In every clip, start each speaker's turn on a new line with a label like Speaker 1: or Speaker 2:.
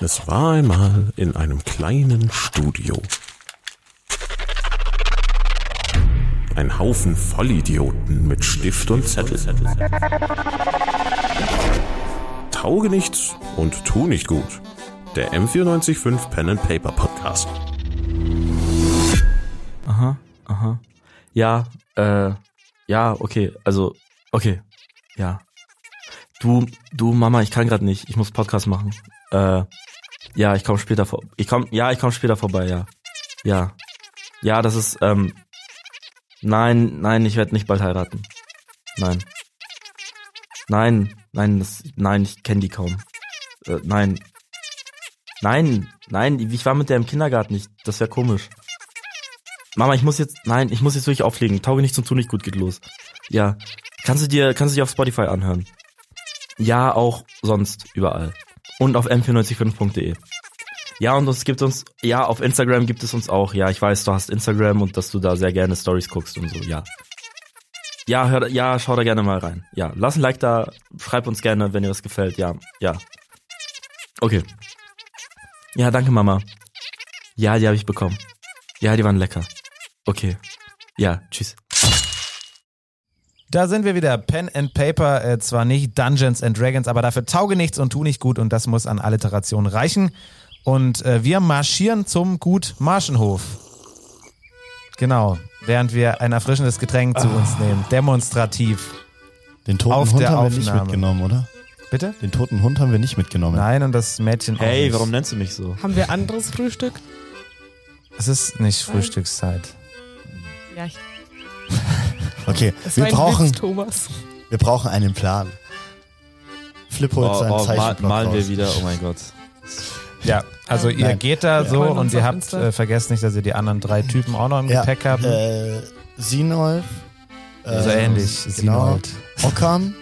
Speaker 1: Es war einmal in einem kleinen Studio. Ein Haufen Vollidioten mit Stift und Zettel. Tauge nichts und tu nicht gut. Der M945 Pen and Paper Podcast.
Speaker 2: Aha, aha. Ja, äh, ja, okay, also, okay, ja. Du, du Mama, ich kann gerade nicht, ich muss Podcast machen. Äh, ja, ich komme später vor, ich komm, ja, ich komme später vorbei, ja. Ja. Ja, das ist, ähm, nein, nein, ich werde nicht bald heiraten. Nein. Nein, nein, das, nein, ich kenne die kaum. Äh, nein. Nein, nein, ich war mit der im Kindergarten, ich, das wäre komisch. Mama, ich muss jetzt, nein, ich muss jetzt wirklich auflegen. Tauge nichts und tu nicht gut geht los. Ja. Kannst du dir, kannst du dich auf Spotify anhören? Ja, auch sonst überall. Und auf m495.de. Ja, und es gibt uns, ja, auf Instagram gibt es uns auch. Ja, ich weiß, du hast Instagram und dass du da sehr gerne Stories guckst und so, ja. Ja, hör, ja, schau da gerne mal rein. Ja, lass ein Like da, schreib uns gerne, wenn dir das gefällt. Ja, ja. Okay. Ja, danke, Mama. Ja, die habe ich bekommen. Ja, die waren lecker. Okay. Ja, tschüss.
Speaker 3: Da sind wir wieder. Pen and Paper, äh, zwar nicht Dungeons and Dragons, aber dafür tauge nichts und tu nicht gut und das muss an Alliteration reichen. Und äh, wir marschieren zum Gut Marschenhof. Genau, während wir ein erfrischendes Getränk zu uns nehmen, demonstrativ.
Speaker 4: Den toten
Speaker 3: Auf
Speaker 4: Hund
Speaker 3: der
Speaker 4: haben wir nicht
Speaker 3: Aufnahme.
Speaker 4: mitgenommen, oder?
Speaker 3: Bitte?
Speaker 4: Den toten Hund haben wir nicht mitgenommen.
Speaker 3: Nein, und das Mädchen auch
Speaker 2: Hey,
Speaker 3: nicht.
Speaker 2: warum nennst du mich so?
Speaker 5: Haben wir anderes Frühstück?
Speaker 3: Es ist nicht Frühstückszeit.
Speaker 5: Ja, ich,
Speaker 4: Okay,
Speaker 5: das
Speaker 4: wir
Speaker 5: war ein
Speaker 4: brauchen,
Speaker 5: Witz, Thomas.
Speaker 4: wir brauchen einen Plan. Flip holt seinen
Speaker 2: mal,
Speaker 4: Zeichenblock
Speaker 2: malen wir
Speaker 4: raus.
Speaker 2: wieder, oh mein Gott.
Speaker 3: Ja, also
Speaker 5: Ähm,
Speaker 3: ihr
Speaker 4: Nein.
Speaker 3: geht da so
Speaker 5: freuen
Speaker 3: und
Speaker 5: uns
Speaker 3: ihr
Speaker 5: auf
Speaker 3: habt
Speaker 5: Insta.
Speaker 3: äh, vergesst nicht, dass ihr die anderen drei Typen auch noch im
Speaker 4: Ja,
Speaker 3: Gepäck habt.
Speaker 4: äh, Sinolf.
Speaker 3: so
Speaker 4: äh,
Speaker 3: ähnlich,
Speaker 4: Genau.
Speaker 3: Sinold.
Speaker 4: Ockam.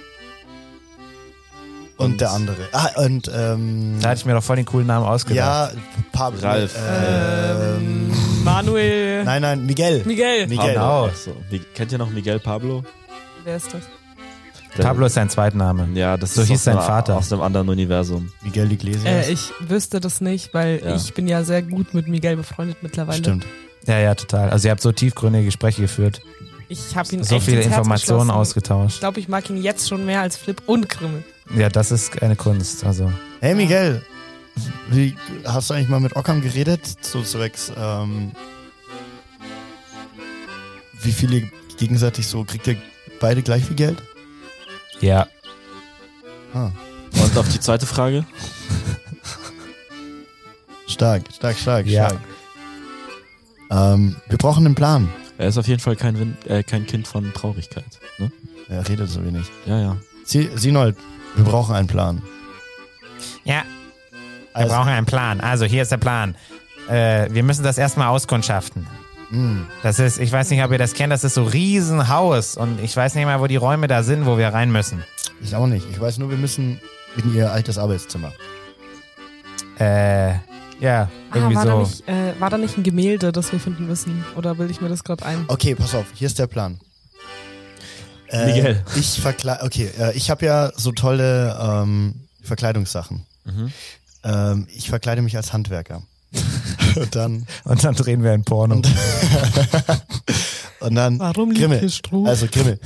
Speaker 4: Und,
Speaker 2: Und-
Speaker 4: der andere. Ah, und, ähm,
Speaker 3: Da hatte ich mir doch voll den coolen Namen ausgedacht.
Speaker 4: ja, Pablo.
Speaker 2: Ralf.
Speaker 4: Ähm,
Speaker 5: Manuel.
Speaker 4: nein, nein, Miguel.
Speaker 5: Ähm. Miguel.
Speaker 4: Miguel.
Speaker 3: Genau.
Speaker 2: Ach So. Mi- Kennt ihr noch Miguel Pablo?
Speaker 5: Wer ist das?
Speaker 2: Der-
Speaker 3: Pablo ist sein Zweitname.
Speaker 2: Ja, das
Speaker 3: So
Speaker 2: ist
Speaker 3: hieß
Speaker 2: aus
Speaker 3: sein
Speaker 2: einer,
Speaker 3: Vater.
Speaker 2: Aus einem anderen Universum.
Speaker 4: Miguel Iglesias.
Speaker 5: Äh, ich wüsste das nicht, weil
Speaker 2: Ja.
Speaker 5: ich bin ja sehr gut mit Miguel befreundet mittlerweile.
Speaker 4: Stimmt.
Speaker 3: Ja, ja, total. Also ihr habt so tiefgründige Gespräche geführt,
Speaker 5: Ich habe ihn
Speaker 3: so
Speaker 5: echt
Speaker 3: viele
Speaker 5: ins Herz
Speaker 3: Informationen
Speaker 5: geschlossen. Ich
Speaker 3: ausgetauscht.
Speaker 5: glaube, ich mag ihn jetzt schon mehr als Flip und Grimmel.
Speaker 3: Ja, das ist eine Kunst. Also
Speaker 4: Hey Miguel, wie, hast du eigentlich mal mit Ockam geredet? Zu zwecks, ähm, wie viele gegenseitig so, kriegt ihr beide gleich viel Geld?
Speaker 3: ja,
Speaker 4: Ah,
Speaker 2: Und auf die zweite Frage?
Speaker 4: stark, stark, stark,
Speaker 3: Ja.
Speaker 4: stark. Ähm, wir brauchen einen Plan.
Speaker 2: Er ist auf jeden Fall kein, Win äh, kein Kind von Traurigkeit. Ne?
Speaker 4: Er redet so wenig.
Speaker 2: Ja, ja.
Speaker 4: Si- Sinold, wir brauchen einen Plan.
Speaker 3: ja. Wir
Speaker 4: Also,
Speaker 3: brauchen einen Plan. Also hier ist der Plan. Äh, wir müssen das erstmal auskundschaften.
Speaker 4: mh,
Speaker 3: Das ist, ich weiß nicht, ob ihr das kennt, das ist so Riesenhaus und ich weiß nicht mal, wo die Räume da sind, wo wir rein müssen.
Speaker 4: ich auch nicht. Ich weiß nur, wir müssen in ihr altes Arbeitszimmer.
Speaker 3: Äh, ja,
Speaker 5: Ah,
Speaker 3: irgendwie
Speaker 5: war, da
Speaker 3: so.
Speaker 5: nicht, äh, war da nicht ein Gemälde, das wir finden müssen? Oder bilde ich mir das gerade ein?
Speaker 4: Okay, pass auf, hier ist der Plan. Äh,
Speaker 2: Miguel.
Speaker 4: Ich verkleide, okay, äh, ich habe ja so tolle ähm, Verkleidungssachen.
Speaker 2: Mhm.
Speaker 4: Ähm, ich verkleide mich als Handwerker. und dann,
Speaker 3: Und dann drehen wir ein Porno.
Speaker 4: und dann,
Speaker 5: Warum liegt
Speaker 4: Grimmel.
Speaker 5: hier Stroh?
Speaker 4: also Grimmel.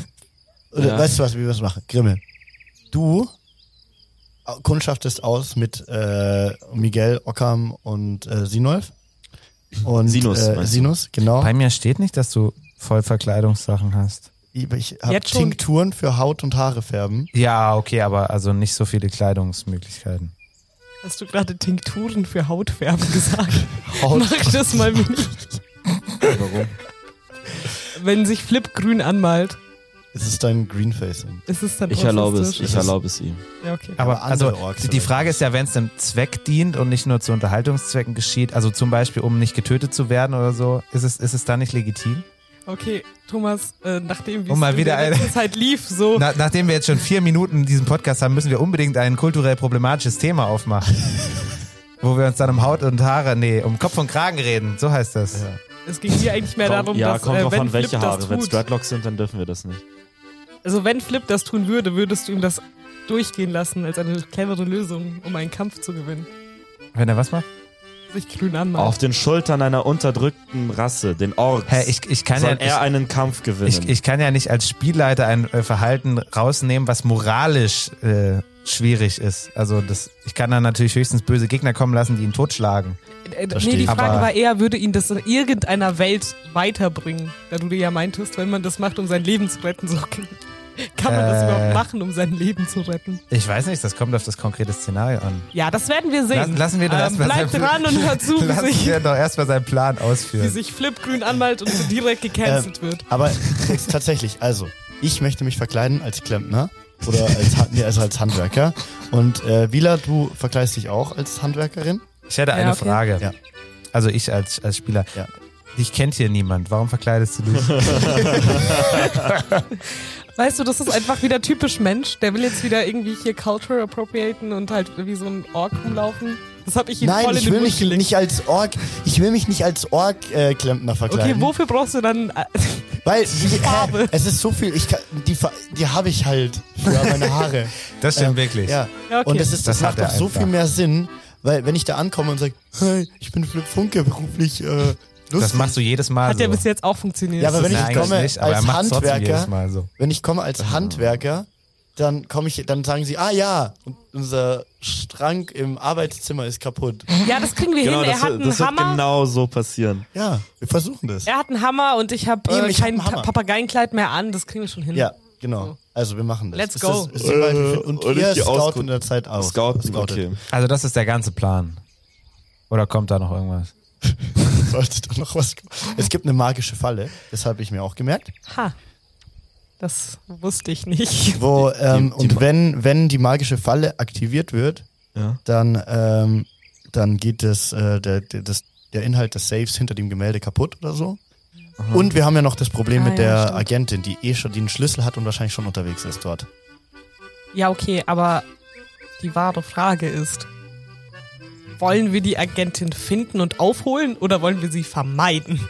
Speaker 4: Oder,
Speaker 2: Ja.
Speaker 4: Weißt du was, wie wir das machen? Grimmel. Du au- kundschaftest aus mit äh, Miguel, Ockam und äh, Sinolf. Und,
Speaker 2: Sinus,
Speaker 4: Äh,
Speaker 2: meinst du?
Speaker 4: Sinus, genau.
Speaker 3: Bei mir steht nicht, dass du voll Verkleidungssachen hast.
Speaker 4: Ich, ich habe
Speaker 5: Jetzt schon?
Speaker 4: Tinkturen für Haut und Haare färben.
Speaker 3: Ja, okay, aber also nicht so viele Kleidungsmöglichkeiten.
Speaker 5: Hast du gerade Tinkturen für Hautfärben gesagt? Mach das mal nicht.
Speaker 2: Warum?
Speaker 5: Wenn sich Flip grün anmalt,
Speaker 4: Es ist dein Greenfacing.
Speaker 5: ist es dann
Speaker 2: Ich erlaube es,
Speaker 5: rassistisch?
Speaker 2: ich erlaube es ihm.
Speaker 5: Ja, okay.
Speaker 3: Aber,
Speaker 4: Aber
Speaker 3: also
Speaker 4: andere Orks
Speaker 3: die- die
Speaker 4: vielleicht.
Speaker 3: Frage ist ja, wenn es dem Zweck dient und nicht nur zu Unterhaltungszwecken geschieht, also zum Beispiel um nicht getötet zu werden oder so, ist es, ist es da nicht legitim?
Speaker 5: Okay, Thomas, äh, nachdem wie
Speaker 3: Um
Speaker 5: es
Speaker 3: mal
Speaker 5: in
Speaker 3: wieder
Speaker 5: der
Speaker 3: eine-
Speaker 5: letzten Zeit lief, so
Speaker 3: Na, nachdem wir jetzt schon vier Minuten diesen Podcast haben, müssen wir unbedingt ein kulturell problematisches Thema aufmachen. wo wir uns dann um Haut und Haare, nee, um Kopf und Kragen reden, so heißt das.
Speaker 5: es ging hier eigentlich mehr darum,
Speaker 2: ja,
Speaker 5: dass
Speaker 2: kommt
Speaker 5: äh,
Speaker 2: drauf
Speaker 5: wenn
Speaker 2: an, welche
Speaker 5: Flip
Speaker 2: Haare. Wenn
Speaker 5: das
Speaker 2: es
Speaker 5: tut,
Speaker 2: Dreadlocks sind, dann dürfen wir das nicht.
Speaker 5: also wenn Flip das tun würde, würdest du ihm das durchgehen lassen als eine clevere Lösung, um einen Kampf zu gewinnen.
Speaker 3: Wenn er was macht?
Speaker 5: sich grün anmachen.
Speaker 6: Auf den Schultern einer unterdrückten Rasse, den Orks,
Speaker 3: Hä, ich, ich kann ja.
Speaker 6: soll er einen Kampf gewinnen.
Speaker 3: Ich, ich kann ja nicht als Spielleiter ein äh, Verhalten rausnehmen, was moralisch äh, schwierig ist. Also das, ich kann dann natürlich höchstens böse Gegner kommen lassen, die ihn totschlagen.
Speaker 5: Äh,
Speaker 4: verstehe
Speaker 5: nee, die
Speaker 4: ich.
Speaker 5: Frage
Speaker 3: Aber-
Speaker 5: war eher, würde ihn das in irgendeiner Welt weiterbringen? Da du dir ja meintest, wenn man das macht, um sein Leben zu retten, so okay. kann man das
Speaker 3: Äh.
Speaker 5: überhaupt machen, um sein Leben zu retten?
Speaker 3: Ich weiß nicht, das kommt auf das konkrete Szenario an.
Speaker 5: Ja, das werden wir sehen.
Speaker 3: Lassen- lassen wir doch
Speaker 5: ähm,
Speaker 3: erstmal
Speaker 5: Bleibt
Speaker 3: sein-
Speaker 5: dran und hört zu, wie
Speaker 3: Lass
Speaker 5: sich,
Speaker 3: wir doch erstmal seinen Plan
Speaker 5: wie
Speaker 3: ausführen.
Speaker 5: sich Flip grün anmalt und so direkt gecancelt
Speaker 3: Ähm,
Speaker 5: wird.
Speaker 4: Aber jetzt tatsächlich, also, ich möchte mich verkleiden als Klempner oder als, Han- nee, also als Handwerker. Und äh, Wila, du verkleidest dich auch als Handwerkerin.
Speaker 3: Ich hätte eine
Speaker 5: Ja, okay.
Speaker 3: Frage.
Speaker 4: Ja.
Speaker 3: Also ich als, als Spieler.
Speaker 4: Ja.
Speaker 3: Dich kennt hier niemand. Warum verkleidest du dich?
Speaker 5: Weißt du, das ist einfach wieder typisch Mensch. Der will jetzt wieder irgendwie hier Culture appropriaten und halt wie so ein Ork rumlaufen. Das habe ich ihm
Speaker 4: Nein,
Speaker 5: voll in
Speaker 4: ich
Speaker 5: den
Speaker 4: will
Speaker 5: Mund
Speaker 4: mich
Speaker 5: gelegt.
Speaker 4: nicht als Ork, ich will mich nicht als Ork-Klempner
Speaker 5: Okay,
Speaker 4: verkleiden.
Speaker 5: wofür brauchst du dann... äh,
Speaker 4: Weil die,
Speaker 5: Farbe.
Speaker 4: hä, es ist so viel, ich kann, die, ver- die habe ich halt für meine Haare.
Speaker 3: Das stimmt wirklich.
Speaker 4: Ja.
Speaker 5: Ja, okay.
Speaker 4: Und das, ist, das,
Speaker 3: Das hat
Speaker 4: macht
Speaker 3: er
Speaker 4: doch so
Speaker 3: einfach.
Speaker 4: viel mehr Sinn, weil wenn ich da ankomme und sage, hey, ich bin Flip Funke beruflich äh,
Speaker 3: Das
Speaker 4: lustig.
Speaker 3: machst du jedes Mal
Speaker 5: Hat
Speaker 3: so.
Speaker 5: ja bis jetzt auch funktioniert.
Speaker 4: Also. Ja, aber
Speaker 5: Das
Speaker 4: wenn
Speaker 5: ist-
Speaker 3: Nein, eigentlich
Speaker 4: ich komme
Speaker 3: nicht, aber
Speaker 4: als
Speaker 3: er macht's trotzdem
Speaker 4: Handwerker-
Speaker 3: jedes Mal so.
Speaker 4: Wenn ich komme als Handwerker, dann komme ich, dann sagen sie, ah ja, und unser Schrank im Arbeitszimmer ist kaputt.
Speaker 5: ja, das kriegen wir
Speaker 6: genau,
Speaker 5: hin. Er
Speaker 6: das,
Speaker 5: hat einen
Speaker 6: das wird
Speaker 5: Hammer.
Speaker 6: genau so passieren.
Speaker 4: Ja, wir versuchen das.
Speaker 5: Er hat einen Hammer und ich habe
Speaker 4: Eben,
Speaker 5: äh,
Speaker 4: ich hab
Speaker 5: kein
Speaker 4: einen Hammer.
Speaker 5: Ta- Papageienkleid mehr an. Das kriegen wir schon hin.
Speaker 4: Ja, genau. Also wir machen das.
Speaker 5: Let's
Speaker 4: Ist
Speaker 5: go.
Speaker 4: Das, ist soweit fit? und
Speaker 6: Äh, und
Speaker 4: ihr
Speaker 6: ich geh
Speaker 4: scout
Speaker 6: ausgucken.
Speaker 4: in der Zeit aus.
Speaker 6: Scouten,
Speaker 4: Scoutet.
Speaker 6: okay.
Speaker 3: Also das ist der ganze Plan. Oder kommt da noch irgendwas?
Speaker 4: Sollte doch noch was kommen. Es gibt eine magische Falle, das habe ich mir auch gemerkt.
Speaker 5: Ha. Das wusste ich nicht.
Speaker 4: Wo, ähm,
Speaker 6: die
Speaker 4: und
Speaker 6: Ma-
Speaker 4: wenn, wenn die magische Falle aktiviert wird,
Speaker 6: Ja.
Speaker 4: dann, ähm, dann geht das, äh, der, der, das, der Inhalt des Saves hinter dem Gemälde kaputt oder so. Und wir haben ja noch das Problem
Speaker 5: Ah,
Speaker 4: mit
Speaker 5: ja,
Speaker 4: der
Speaker 5: stimmt.
Speaker 4: Agentin, die eh schon den Schlüssel hat und wahrscheinlich schon unterwegs ist dort.
Speaker 5: Ja, okay, aber die wahre Frage ist, wollen wir die Agentin finden und aufholen oder wollen wir sie vermeiden?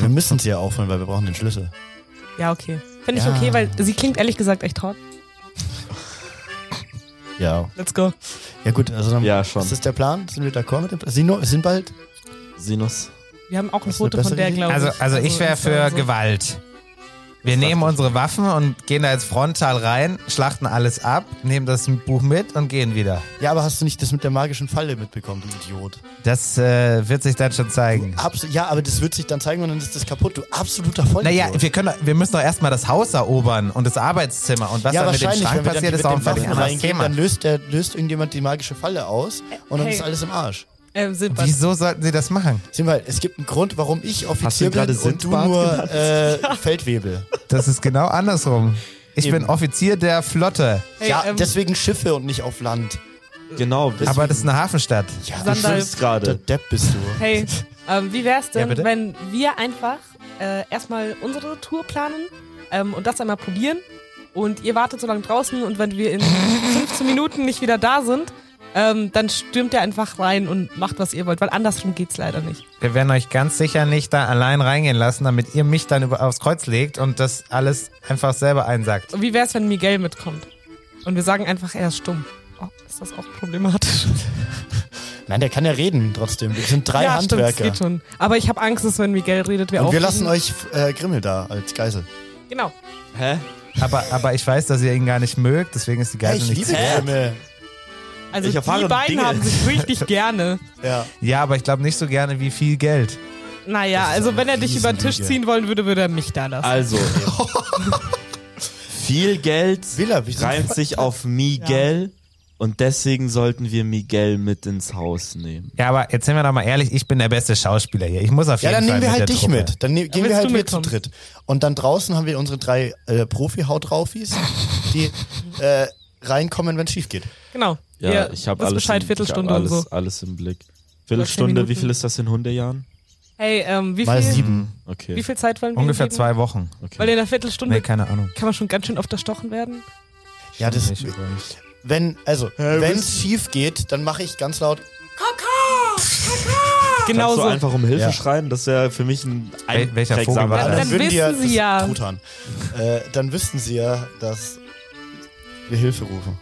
Speaker 4: Wir müssen sie ja aufholen, weil wir brauchen den Schlüssel.
Speaker 5: Ja, okay. Finde ich
Speaker 4: Ja.
Speaker 5: okay, weil sie klingt ehrlich gesagt echt hot.
Speaker 4: Ja.
Speaker 5: Let's go.
Speaker 4: Ja gut, also dann
Speaker 6: Ja, schon.
Speaker 4: ist das der Plan? Sind wir d'accord mit dem Plan? Sino, sind bald?
Speaker 6: Sinus.
Speaker 5: Wir haben auch ein
Speaker 4: Hast du eine
Speaker 5: Foto von
Speaker 4: bessere
Speaker 5: der,
Speaker 4: Idee?
Speaker 5: glaube ich.
Speaker 3: Also, also ich wäre für
Speaker 5: Instagram so.
Speaker 3: Gewalt. Wir nehmen unsere Waffen und gehen da jetzt frontal rein, schlachten alles ab, nehmen das Buch mit und gehen wieder.
Speaker 4: Ja, aber hast du nicht das mit der magischen Falle mitbekommen, du Idiot?
Speaker 3: Das äh, wird sich dann schon zeigen.
Speaker 4: Abs ja, aber das wird sich dann zeigen und dann ist das kaputt, du absoluter Vollidiot.
Speaker 3: Naja, wir, können, doch- wir müssen doch erstmal das Haus erobern und das Arbeitszimmer und was
Speaker 4: ja,
Speaker 3: dann mit dem
Speaker 4: wahrscheinlich,
Speaker 3: Schrank
Speaker 4: wenn wir
Speaker 3: passiert,
Speaker 4: dann mit
Speaker 3: ist auch ein
Speaker 4: den
Speaker 3: völlig
Speaker 4: Waffen
Speaker 3: anderes
Speaker 4: reingehen,
Speaker 3: Thema.
Speaker 4: dann löst, der, löst irgendjemand die magische Falle aus und dann
Speaker 5: Hey.
Speaker 4: ist alles im Arsch.
Speaker 5: Äh, Silber.
Speaker 3: Wieso sollten sie das machen?
Speaker 4: Sieh mal, es gibt einen Grund, warum ich
Speaker 6: Hast du
Speaker 4: Offizier
Speaker 6: ihn
Speaker 4: bin
Speaker 6: gerade
Speaker 4: und du
Speaker 6: Sindbad
Speaker 4: nur äh, Feldwebel.
Speaker 3: Das ist genau andersrum. Ich
Speaker 4: Eben.
Speaker 3: bin Offizier der Flotte,
Speaker 5: Hey,
Speaker 4: ja,
Speaker 5: ähm,
Speaker 4: deswegen Schiffe und nicht auf Land.
Speaker 6: Genau, das
Speaker 3: aber das ist eine Hafenstadt.
Speaker 4: Ja,
Speaker 5: Sandal-
Speaker 4: du
Speaker 6: ist gerade.
Speaker 4: der Depp bist du.
Speaker 5: Hey, ähm, wie wär's
Speaker 3: Ja,
Speaker 5: denn,
Speaker 3: bitte?
Speaker 5: wenn wir einfach äh, erstmal unsere Tour planen ähm, und das einmal probieren und ihr wartet so lange draußen und wenn wir in 15 Minuten nicht wieder da sind, ähm, dann stürmt ihr einfach rein und macht, was ihr wollt, weil andersrum geht's leider nicht.
Speaker 3: Wir werden euch ganz sicher nicht da allein reingehen lassen, damit ihr mich dann über, aufs Kreuz legt und das alles einfach selber einsackt.
Speaker 5: Und wie wär's, wenn Miguel mitkommt? Und wir sagen einfach, er ist stumm. Oh, ist das auch problematisch?
Speaker 4: Nein, der kann ja reden trotzdem. Wir sind drei
Speaker 5: ja, stimmt,
Speaker 4: Handwerker.
Speaker 5: das geht schon. Aber ich habe Angst, dass wenn Miguel redet, wir
Speaker 4: und
Speaker 5: auch.
Speaker 4: wir lassen euch äh, Grimmel da als Geisel.
Speaker 5: Genau.
Speaker 6: Hä?
Speaker 3: Aber, aber ich weiß, dass ihr ihn gar nicht mögt, deswegen ist die
Speaker 4: Hey,
Speaker 3: Geisel nicht zu-
Speaker 4: Grimmel.
Speaker 5: Also
Speaker 6: Ich erfahre
Speaker 5: die beiden
Speaker 6: Dinge.
Speaker 5: haben sich richtig gerne.
Speaker 4: Ja.
Speaker 3: Ja, aber ich glaube nicht so gerne wie viel Geld.
Speaker 5: Naja,
Speaker 4: Das ist
Speaker 5: also
Speaker 4: eine
Speaker 5: wenn er dich über den Tisch
Speaker 4: Riesenlüge.
Speaker 5: ziehen wollen würde, würde er mich da lassen.
Speaker 6: Also. viel Geld
Speaker 4: Villa, wir sind
Speaker 6: reimt
Speaker 4: voll-
Speaker 6: sich auf Miguel und deswegen sollten wir Miguel mit ins Haus nehmen.
Speaker 3: Ja, aber jetzt sind wir doch mal ehrlich, ich bin der beste Schauspieler hier. Ich muss auf
Speaker 4: Ja,
Speaker 3: jeden
Speaker 4: dann
Speaker 3: Fall
Speaker 4: nehmen wir
Speaker 3: mit
Speaker 4: halt
Speaker 3: der
Speaker 4: dich
Speaker 3: Truppe.
Speaker 4: mit. Dann ne gehen wir
Speaker 5: willst
Speaker 4: halt
Speaker 5: du
Speaker 4: wir zu
Speaker 5: mitkommen?
Speaker 4: dritt. Und dann draußen haben wir unsere drei äh, Profi-Hautraufis, die äh, reinkommen, wenn es schief geht.
Speaker 5: Genau.
Speaker 6: Ja,
Speaker 5: Ihr
Speaker 6: ich habe
Speaker 5: wisst
Speaker 6: alles,
Speaker 5: Bescheid,
Speaker 6: im-
Speaker 5: Viertelstunde
Speaker 6: ich hab alles,
Speaker 5: und so.
Speaker 6: alles im Blick. Viertelstunde,
Speaker 5: Minuten.
Speaker 6: wie viel ist das in Hundejahren?
Speaker 5: Hey, ähm, wie,
Speaker 4: Mal
Speaker 5: viel,
Speaker 3: Mhm.
Speaker 4: sieben.
Speaker 5: wie
Speaker 6: Okay.
Speaker 5: viel Zeit wollen wir
Speaker 3: Ungefähr
Speaker 5: geben?
Speaker 3: zwei Wochen.
Speaker 5: Weil
Speaker 6: okay.
Speaker 5: in einer Viertelstunde
Speaker 3: Nee, keine Ahnung.
Speaker 5: kann man schon ganz schön oft erstochen werden.
Speaker 4: Ja, das,
Speaker 3: Nicht übrigens.
Speaker 4: wenn, also, wenn es schief geht, dann mache ich ganz laut,
Speaker 5: Genau
Speaker 6: Kannst du
Speaker 5: so.
Speaker 6: einfach um Hilfe
Speaker 4: Ja.
Speaker 6: schreien? Das wäre für mich ein
Speaker 3: Wel- welcher
Speaker 6: einprägsamer-
Speaker 3: Vogel war
Speaker 5: Dann-
Speaker 4: dann,
Speaker 5: das? dann
Speaker 4: würden die ja,
Speaker 5: wissen sie ja.
Speaker 4: das ist Truthahn. Äh, dann wüssten sie ja, dass wir Hilfe rufen.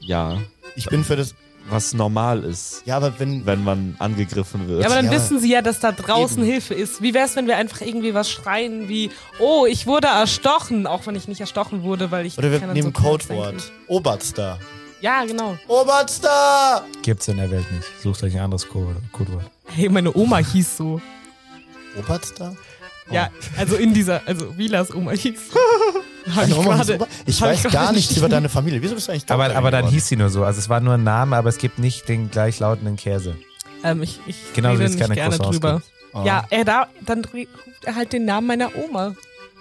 Speaker 6: Ja.
Speaker 4: Ich bin für das,
Speaker 2: was normal ist,
Speaker 4: Ja, aber wenn.
Speaker 2: wenn man angegriffen wird.
Speaker 5: Ja, aber dann
Speaker 4: Ja, aber-
Speaker 5: wissen sie ja, dass da draußen Hilfe ist. Wie wär's, wenn wir einfach irgendwie was schreien wie, oh, ich wurde erstochen, auch wenn ich nicht erstochen wurde, weil ich
Speaker 4: Oder wir
Speaker 5: kann dann
Speaker 4: nehmen
Speaker 5: so kurz
Speaker 4: Codewort.
Speaker 5: denken.
Speaker 4: Oberster.
Speaker 5: Ja, genau.
Speaker 4: Oberster!
Speaker 3: Gibt's in der Welt nicht. Sucht euch ein anderes Code- Codewort.
Speaker 5: Hey, meine Oma hieß so.
Speaker 4: Oberster?
Speaker 5: Ja, also in dieser, also Vilas Oma hieß so. Hab
Speaker 4: Deine
Speaker 5: ich
Speaker 4: Oma hieß
Speaker 5: gerade-
Speaker 4: Ober- ich
Speaker 5: hab ich
Speaker 4: weiß gar
Speaker 5: gerade
Speaker 4: nichts über deine Familie. Wieso bist du eigentlich
Speaker 3: Aber,
Speaker 4: Doktor
Speaker 3: aber dann
Speaker 4: geworden?
Speaker 3: hieß sie nur so. Also es war nur ein Name, aber es gibt nicht den gleichlautenden Käse.
Speaker 5: Ähm, ich, ich
Speaker 3: Genauso wie
Speaker 5: rede
Speaker 3: es
Speaker 5: nicht
Speaker 3: Genau, keine
Speaker 5: gerne
Speaker 3: Croissants
Speaker 5: drüber.
Speaker 4: Ah.
Speaker 5: Ja, er da, dann dr- ruft er halt den Namen meiner Oma,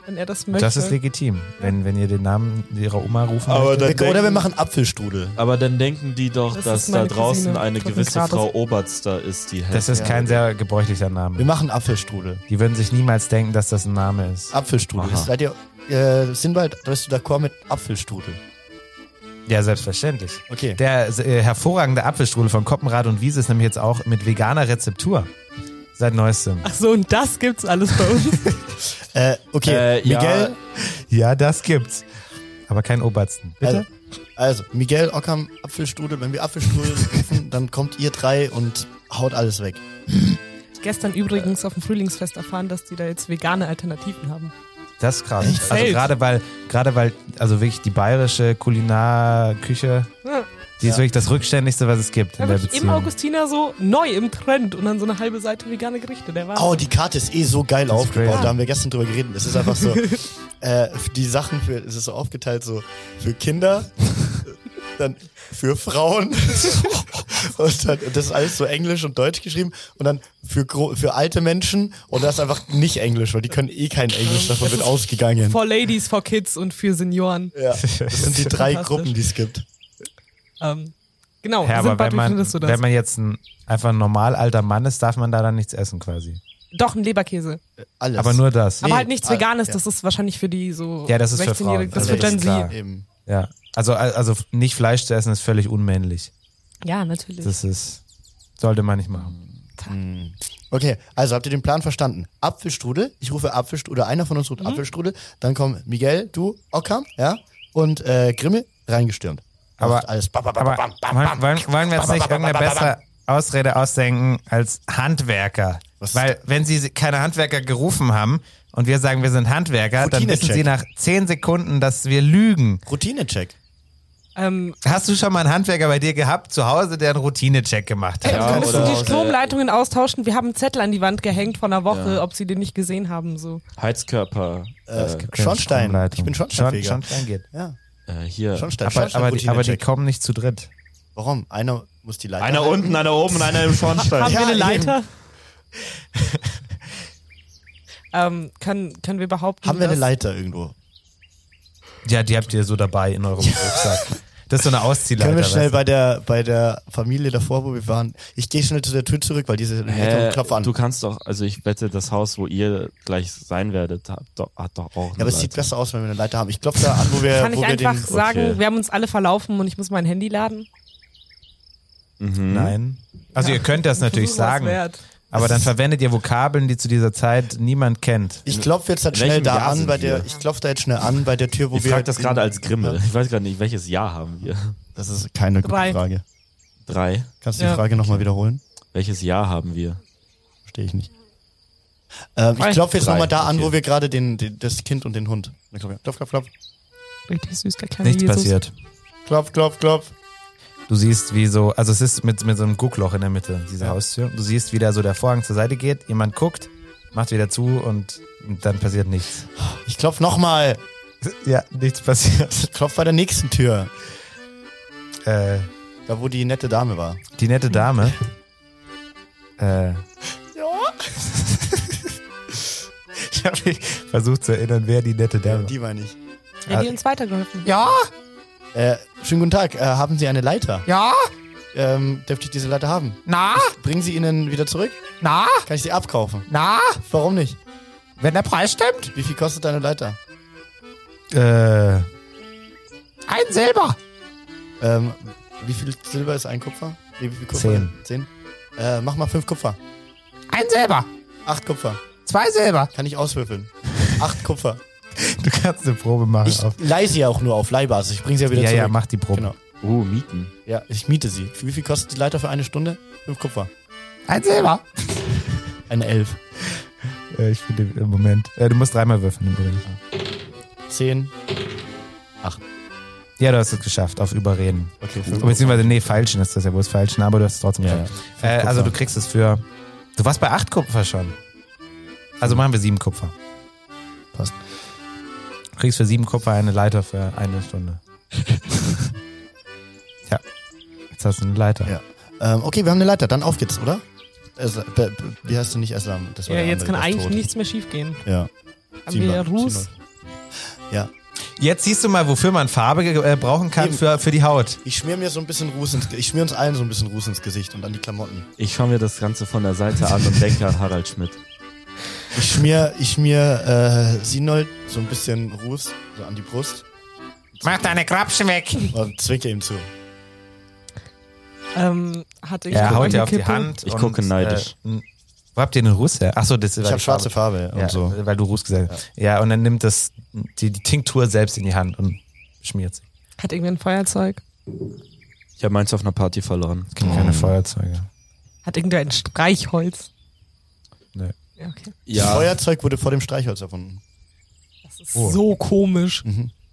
Speaker 5: wenn er das möchte.
Speaker 3: Das ist legitim, wenn, wenn ihr den Namen ihrer Oma rufen
Speaker 2: Aber dann
Speaker 4: Wir- Oder wir
Speaker 2: denken-
Speaker 4: machen Apfelstrudel.
Speaker 2: Aber dann denken die doch,
Speaker 5: Das
Speaker 2: dass
Speaker 5: ist
Speaker 2: da
Speaker 5: meine
Speaker 2: draußen
Speaker 5: Cousine.
Speaker 2: eine
Speaker 5: Drücken
Speaker 2: gewisse
Speaker 5: gratis.
Speaker 2: Frau Oberster ist, die
Speaker 3: Das ist
Speaker 4: Ja.
Speaker 3: kein sehr gebräuchlicher
Speaker 4: Wir
Speaker 3: Name.
Speaker 4: machen Apfelstrudel.
Speaker 3: Die würden sich niemals denken, dass das ein Name ist.
Speaker 4: Apfelstrudel.
Speaker 2: Aha.
Speaker 4: Seid ihr. Äh, Sinbad, bist du d'accord mit Apfelstrudel?
Speaker 3: Ja, selbstverständlich.
Speaker 4: Okay.
Speaker 3: Der äh, hervorragende Apfelstrudel von Koppenrad und Wiese ist nämlich jetzt auch mit veganer Rezeptur. Seit neuestem.
Speaker 5: Ach so, und das gibt's alles bei uns.
Speaker 4: Äh, okay.
Speaker 2: Äh, ja.
Speaker 4: Miguel,
Speaker 3: Ja, das gibt's. Aber kein Obersten. Bitte?
Speaker 4: Also, also, Miguel Ockham, Apfelstrudel. Wenn wir Apfelstrudel rufen, dann kommt ihr drei und haut alles weg.
Speaker 5: Gestern übrigens auf dem Frühlingsfest erfahren, dass die da jetzt vegane Alternativen haben.
Speaker 3: Das ist krass.
Speaker 4: Echt?
Speaker 3: Also
Speaker 5: Zelt.
Speaker 3: gerade weil, gerade weil, also wirklich die bayerische Kulinarküche,
Speaker 5: Ja.
Speaker 3: die ist
Speaker 4: Ja.
Speaker 3: wirklich das Rückständigste, was es gibt in
Speaker 5: Da
Speaker 3: der
Speaker 5: wirklich im
Speaker 3: Beziehung.
Speaker 5: Augustiner so neu im Trend und dann so eine halbe Seite vegane Gerichte. Der war.
Speaker 4: Oh, die Karte ist eh so geil
Speaker 3: Das ist
Speaker 4: aufgebaut.
Speaker 3: crazy.
Speaker 4: Da haben wir gestern drüber geredet. Es ist einfach so, äh, die Sachen für, es ist so aufgeteilt so für Kinder, dann für Frauen und dann, das ist alles so Englisch und Deutsch geschrieben und dann für gro- für alte Menschen und das ist einfach nicht Englisch, weil die können eh kein Englisch. Davon wird ausgegangen.
Speaker 5: For Ladies, for Kids und für Senioren.
Speaker 4: Ja, das sind die drei
Speaker 5: Fantastisch.
Speaker 4: Gruppen, die es gibt.
Speaker 5: Ähm, genau,
Speaker 3: Ja, aber
Speaker 5: Sindbad,
Speaker 3: wenn
Speaker 5: wie
Speaker 3: man,
Speaker 5: findest du das?
Speaker 3: wenn man jetzt ein einfach ein normal alter Mann ist, darf man da dann nichts essen quasi.
Speaker 5: Doch, ein Leberkäse.
Speaker 4: Alles.
Speaker 3: Aber nur das.
Speaker 5: aber halt nichts
Speaker 4: ah,
Speaker 5: Veganes,
Speaker 4: ja.
Speaker 5: das ist wahrscheinlich für die so
Speaker 3: Ja, das ist für Frauen.
Speaker 5: 16-Jährigen, das
Speaker 3: Also
Speaker 5: wird
Speaker 3: das
Speaker 5: dann
Speaker 3: ist klar.
Speaker 5: sie.
Speaker 4: Eben.
Speaker 3: Ja. Also, also nicht Fleisch zu essen ist völlig unmännlich.
Speaker 5: Ja, natürlich.
Speaker 3: Das ist, sollte man nicht machen.
Speaker 4: Okay, also habt ihr den Plan verstanden? Apfelstrudel, ich rufe Apfelstrudel, oder einer von uns ruft
Speaker 5: Mhm.
Speaker 4: Apfelstrudel, dann kommen Miguel, du, Ockam, ja, und äh, Grimme reingestürmt.
Speaker 3: Aber-
Speaker 4: Macht alles. Bam, bam, bam,
Speaker 3: Aber
Speaker 4: bam, bam,
Speaker 3: wollen,
Speaker 4: bam.
Speaker 3: wollen, wollen wir jetzt nicht irgendeine bessere Ausrede ausdenken als Handwerker?
Speaker 4: Was ist
Speaker 3: Weil wenn sie keine Handwerker gerufen haben und wir sagen, wir sind Handwerker, dann wissen
Speaker 4: Routinecheck.
Speaker 3: sie nach zehn Sekunden, dass wir lügen.
Speaker 4: Routinecheck. Äh,
Speaker 5: ähm,
Speaker 3: Hast du schon mal einen Handwerker bei dir gehabt zu Hause, der einen Routinecheck gemacht hat?
Speaker 5: Ey, wir also müssen
Speaker 2: oder
Speaker 5: die
Speaker 2: aus-
Speaker 5: Stromleitungen austauschen. Wir haben einen Zettel an die Wand gehängt vor einer Woche, ob sie den nicht gesehen haben. So.
Speaker 2: Heizkörper. Äh,
Speaker 4: Schornstein. Ich bin Schornsteinfeger.
Speaker 3: Schon, Schornstein geht.
Speaker 4: Ja,
Speaker 2: äh, hier.
Speaker 4: Schornstein,
Speaker 3: Aber,
Speaker 4: Schornstein
Speaker 3: aber, die, aber die
Speaker 4: Routinecheck.
Speaker 3: kommen nicht zu dritt.
Speaker 4: Warum? Einer muss die Leiter.
Speaker 2: Einer
Speaker 4: halten.
Speaker 2: unten, einer oben und einer im
Speaker 5: Haben
Speaker 3: Ah,
Speaker 2: Schornstein.
Speaker 5: wir eine
Speaker 4: eben.
Speaker 5: Leiter? ähm, können, können wir behaupten,
Speaker 4: Haben wir eine
Speaker 5: dass-
Speaker 4: Leiter irgendwo?
Speaker 3: Ja, die habt ihr so dabei in eurem Rucksack. Das ist so eine Ausziehleiter.
Speaker 4: Können wir schnell
Speaker 3: weißt du?
Speaker 4: bei der, bei der Familie davor, wo wir waren. Ich gehe schnell zu der Tür zurück, weil diese
Speaker 2: Hä,
Speaker 4: äh, Klopf an.
Speaker 2: Du kannst doch, also ich wette, das Haus, wo ihr gleich sein werdet, hat doch, hat doch auch.
Speaker 4: ja, aber es sieht besser aus, wenn wir eine Leiter haben. Ich klopfe da an, wo wir,
Speaker 5: Kann
Speaker 4: wo
Speaker 5: ich
Speaker 4: wir
Speaker 5: einfach
Speaker 4: den
Speaker 5: sagen,
Speaker 2: Okay.
Speaker 5: wir haben uns alle verlaufen und ich muss mein Handy laden?
Speaker 2: Mhm.
Speaker 3: Nein. Also ihr könnt das natürlich
Speaker 5: Versuch war's
Speaker 3: sagen,
Speaker 5: Wert.
Speaker 3: aber dann verwendet ihr Vokabeln, die zu dieser Zeit niemand kennt.
Speaker 4: Ich klopfe jetzt halt
Speaker 2: In welchem
Speaker 4: schnell da
Speaker 2: Jahr
Speaker 4: an
Speaker 2: sind
Speaker 4: bei der.
Speaker 2: wir?
Speaker 4: Ich klopfe da jetzt schnell an bei der Tür, wo
Speaker 2: Ich
Speaker 4: wir.
Speaker 2: frage das
Speaker 4: in-
Speaker 2: gerade als Grimme. Ich weiß gerade nicht, welches Jahr haben wir?
Speaker 4: Das ist keine gute
Speaker 5: Drei.
Speaker 4: Frage.
Speaker 2: Drei.
Speaker 4: Kannst du
Speaker 5: Ja.
Speaker 4: die Frage nochmal wiederholen?
Speaker 2: Welches Jahr haben wir?
Speaker 4: Verstehe ich nicht. Ähm, ich
Speaker 5: Drei.
Speaker 4: klopfe jetzt
Speaker 2: Drei,
Speaker 4: nochmal da an,
Speaker 2: okay.
Speaker 4: wo wir gerade den, den, das Kind und den Hund. Dann klopf, Klopf, klopf, klopf.
Speaker 5: Richtig süß, der kleine
Speaker 3: Nichts
Speaker 5: Jesus.
Speaker 3: passiert.
Speaker 4: Klopf, klopf, klopf.
Speaker 3: Du siehst, wie so, also es ist mit, mit so einem Guckloch in der Mitte, diese
Speaker 4: Ja.
Speaker 3: Haustür. Du siehst, wie da so der Vorhang zur Seite geht, jemand guckt, macht wieder zu und dann passiert nichts.
Speaker 4: Ich klopf nochmal.
Speaker 3: Ja, nichts passiert.
Speaker 4: Klopf bei der nächsten Tür.
Speaker 3: Äh,
Speaker 4: Da, wo die nette Dame war.
Speaker 3: die nette Dame. Äh,
Speaker 4: Ja.
Speaker 3: ich habe mich versucht zu erinnern, wer die nette Dame war.
Speaker 4: die meine ich.
Speaker 5: Wer die uns weitergeholfen hat.
Speaker 4: Ja. Äh, schönen guten Tag. Äh, haben Sie eine Leiter?
Speaker 3: Ja,
Speaker 4: Ähm, dürfte ich diese Leiter haben?
Speaker 3: na,
Speaker 4: Bringen Sie ihnen wieder zurück?
Speaker 3: na,
Speaker 4: Kann ich sie abkaufen?
Speaker 3: na,
Speaker 4: Warum nicht?
Speaker 3: wenn der Preis stimmt.
Speaker 4: Wie viel kostet deine Leiter?
Speaker 3: Äh, ein Silber.
Speaker 4: Ähm, wie viel Silber ist ein Kupfer? Nee, wie viel Kupfer?
Speaker 3: Zehn.
Speaker 4: Zehn? Äh, mach mal fünf Kupfer.
Speaker 3: Ein Silber.
Speaker 4: Acht Kupfer.
Speaker 3: Zwei Silber.
Speaker 4: Kann ich auswürfeln. Acht Kupfer.
Speaker 3: Du kannst eine Probe machen.
Speaker 4: Ich leih sie ja auch nur auf Leihbasis. Ich bringe sie ja wieder
Speaker 3: ja,
Speaker 4: zurück.
Speaker 3: ja, mach die Probe.
Speaker 4: Genau.
Speaker 6: Oh, Mieten.
Speaker 4: Ja, ich miete sie. Wie viel kostet die Leiter für eine Stunde? Fünf Kupfer.
Speaker 3: Ein Silber.
Speaker 4: Eine Elf.
Speaker 3: Äh, ich finde im Moment. Äh, du musst dreimal würfeln übrigens.
Speaker 4: Zehn.
Speaker 3: Ja, du hast es geschafft, auf Überreden.
Speaker 4: Okay, fünf.
Speaker 3: Mhm. Beziehungsweise, nee, Falschen ist das ja wohl das Falschen, aber du hast es trotzdem
Speaker 4: Ja, ja.
Speaker 3: geschafft. Äh, also du kriegst es für. Du warst bei acht Kupfer schon. Also machen wir sieben Kupfer.
Speaker 4: Passt.
Speaker 3: Du kriegst für sieben Kupfer eine Leiter für eine Stunde. ja. Jetzt hast du eine Leiter.
Speaker 4: Ja. Ähm, okay, wir haben eine Leiter. Dann auf geht's, oder? Es, äh, be, be, wie heißt du nicht Eslam? Das
Speaker 5: Ja,
Speaker 4: der
Speaker 5: jetzt
Speaker 4: andere, der
Speaker 5: kann
Speaker 4: ist
Speaker 5: eigentlich
Speaker 4: tot.
Speaker 5: nichts mehr schief gehen.
Speaker 4: Ja.
Speaker 5: Haben
Speaker 4: Ziehen
Speaker 5: wir
Speaker 4: wir,
Speaker 5: ja
Speaker 4: ziehen
Speaker 5: Ruß.
Speaker 3: Jetzt siehst du mal, wofür man Farbe äh, brauchen kann
Speaker 4: Eben.
Speaker 3: für, für die Haut.
Speaker 4: Ich schmier mir so ein bisschen Ruß ins Ge- Ich schmier uns allen so ein bisschen Ruß ins Gesicht und an die Klamotten.
Speaker 6: Ich schaue mir das Ganze von der Seite an und denke an Harald Schmidt.
Speaker 4: Ich schmier, ich schmier äh, Sinold so ein bisschen Ruß so an die Brust
Speaker 3: Mach deine Krapschen weg!
Speaker 4: und zwinker ihm zu.
Speaker 5: Ähm, hatte ich
Speaker 3: Er
Speaker 5: noch
Speaker 3: haut dir
Speaker 5: eine
Speaker 3: auf die
Speaker 5: Kippe?
Speaker 3: Hand.
Speaker 6: Ich
Speaker 3: und,
Speaker 6: gucke neidisch.
Speaker 3: Äh, n- wo habt ihr den Ruß her? Achso, das ist
Speaker 4: Ich habe schwarze Farbe und
Speaker 3: ja,
Speaker 4: so.
Speaker 3: Weil du Ruß gesagt hast. Ja. und dann nimmt das die, die Tinktur selbst in die Hand und schmiert sie.
Speaker 5: Hat irgendwer ein Feuerzeug?
Speaker 6: Ich habe meins auf einer Party verloren.
Speaker 3: Es gibt keine
Speaker 4: Mhm.
Speaker 3: Feuerzeuge.
Speaker 5: Hat irgendwer ein Streichholz?
Speaker 3: Nee.
Speaker 5: Ja, okay.
Speaker 4: Das
Speaker 6: Ja,
Speaker 4: Feuerzeug wurde vor dem Streichholz erfunden.
Speaker 5: Das ist
Speaker 3: Oh.
Speaker 5: so komisch.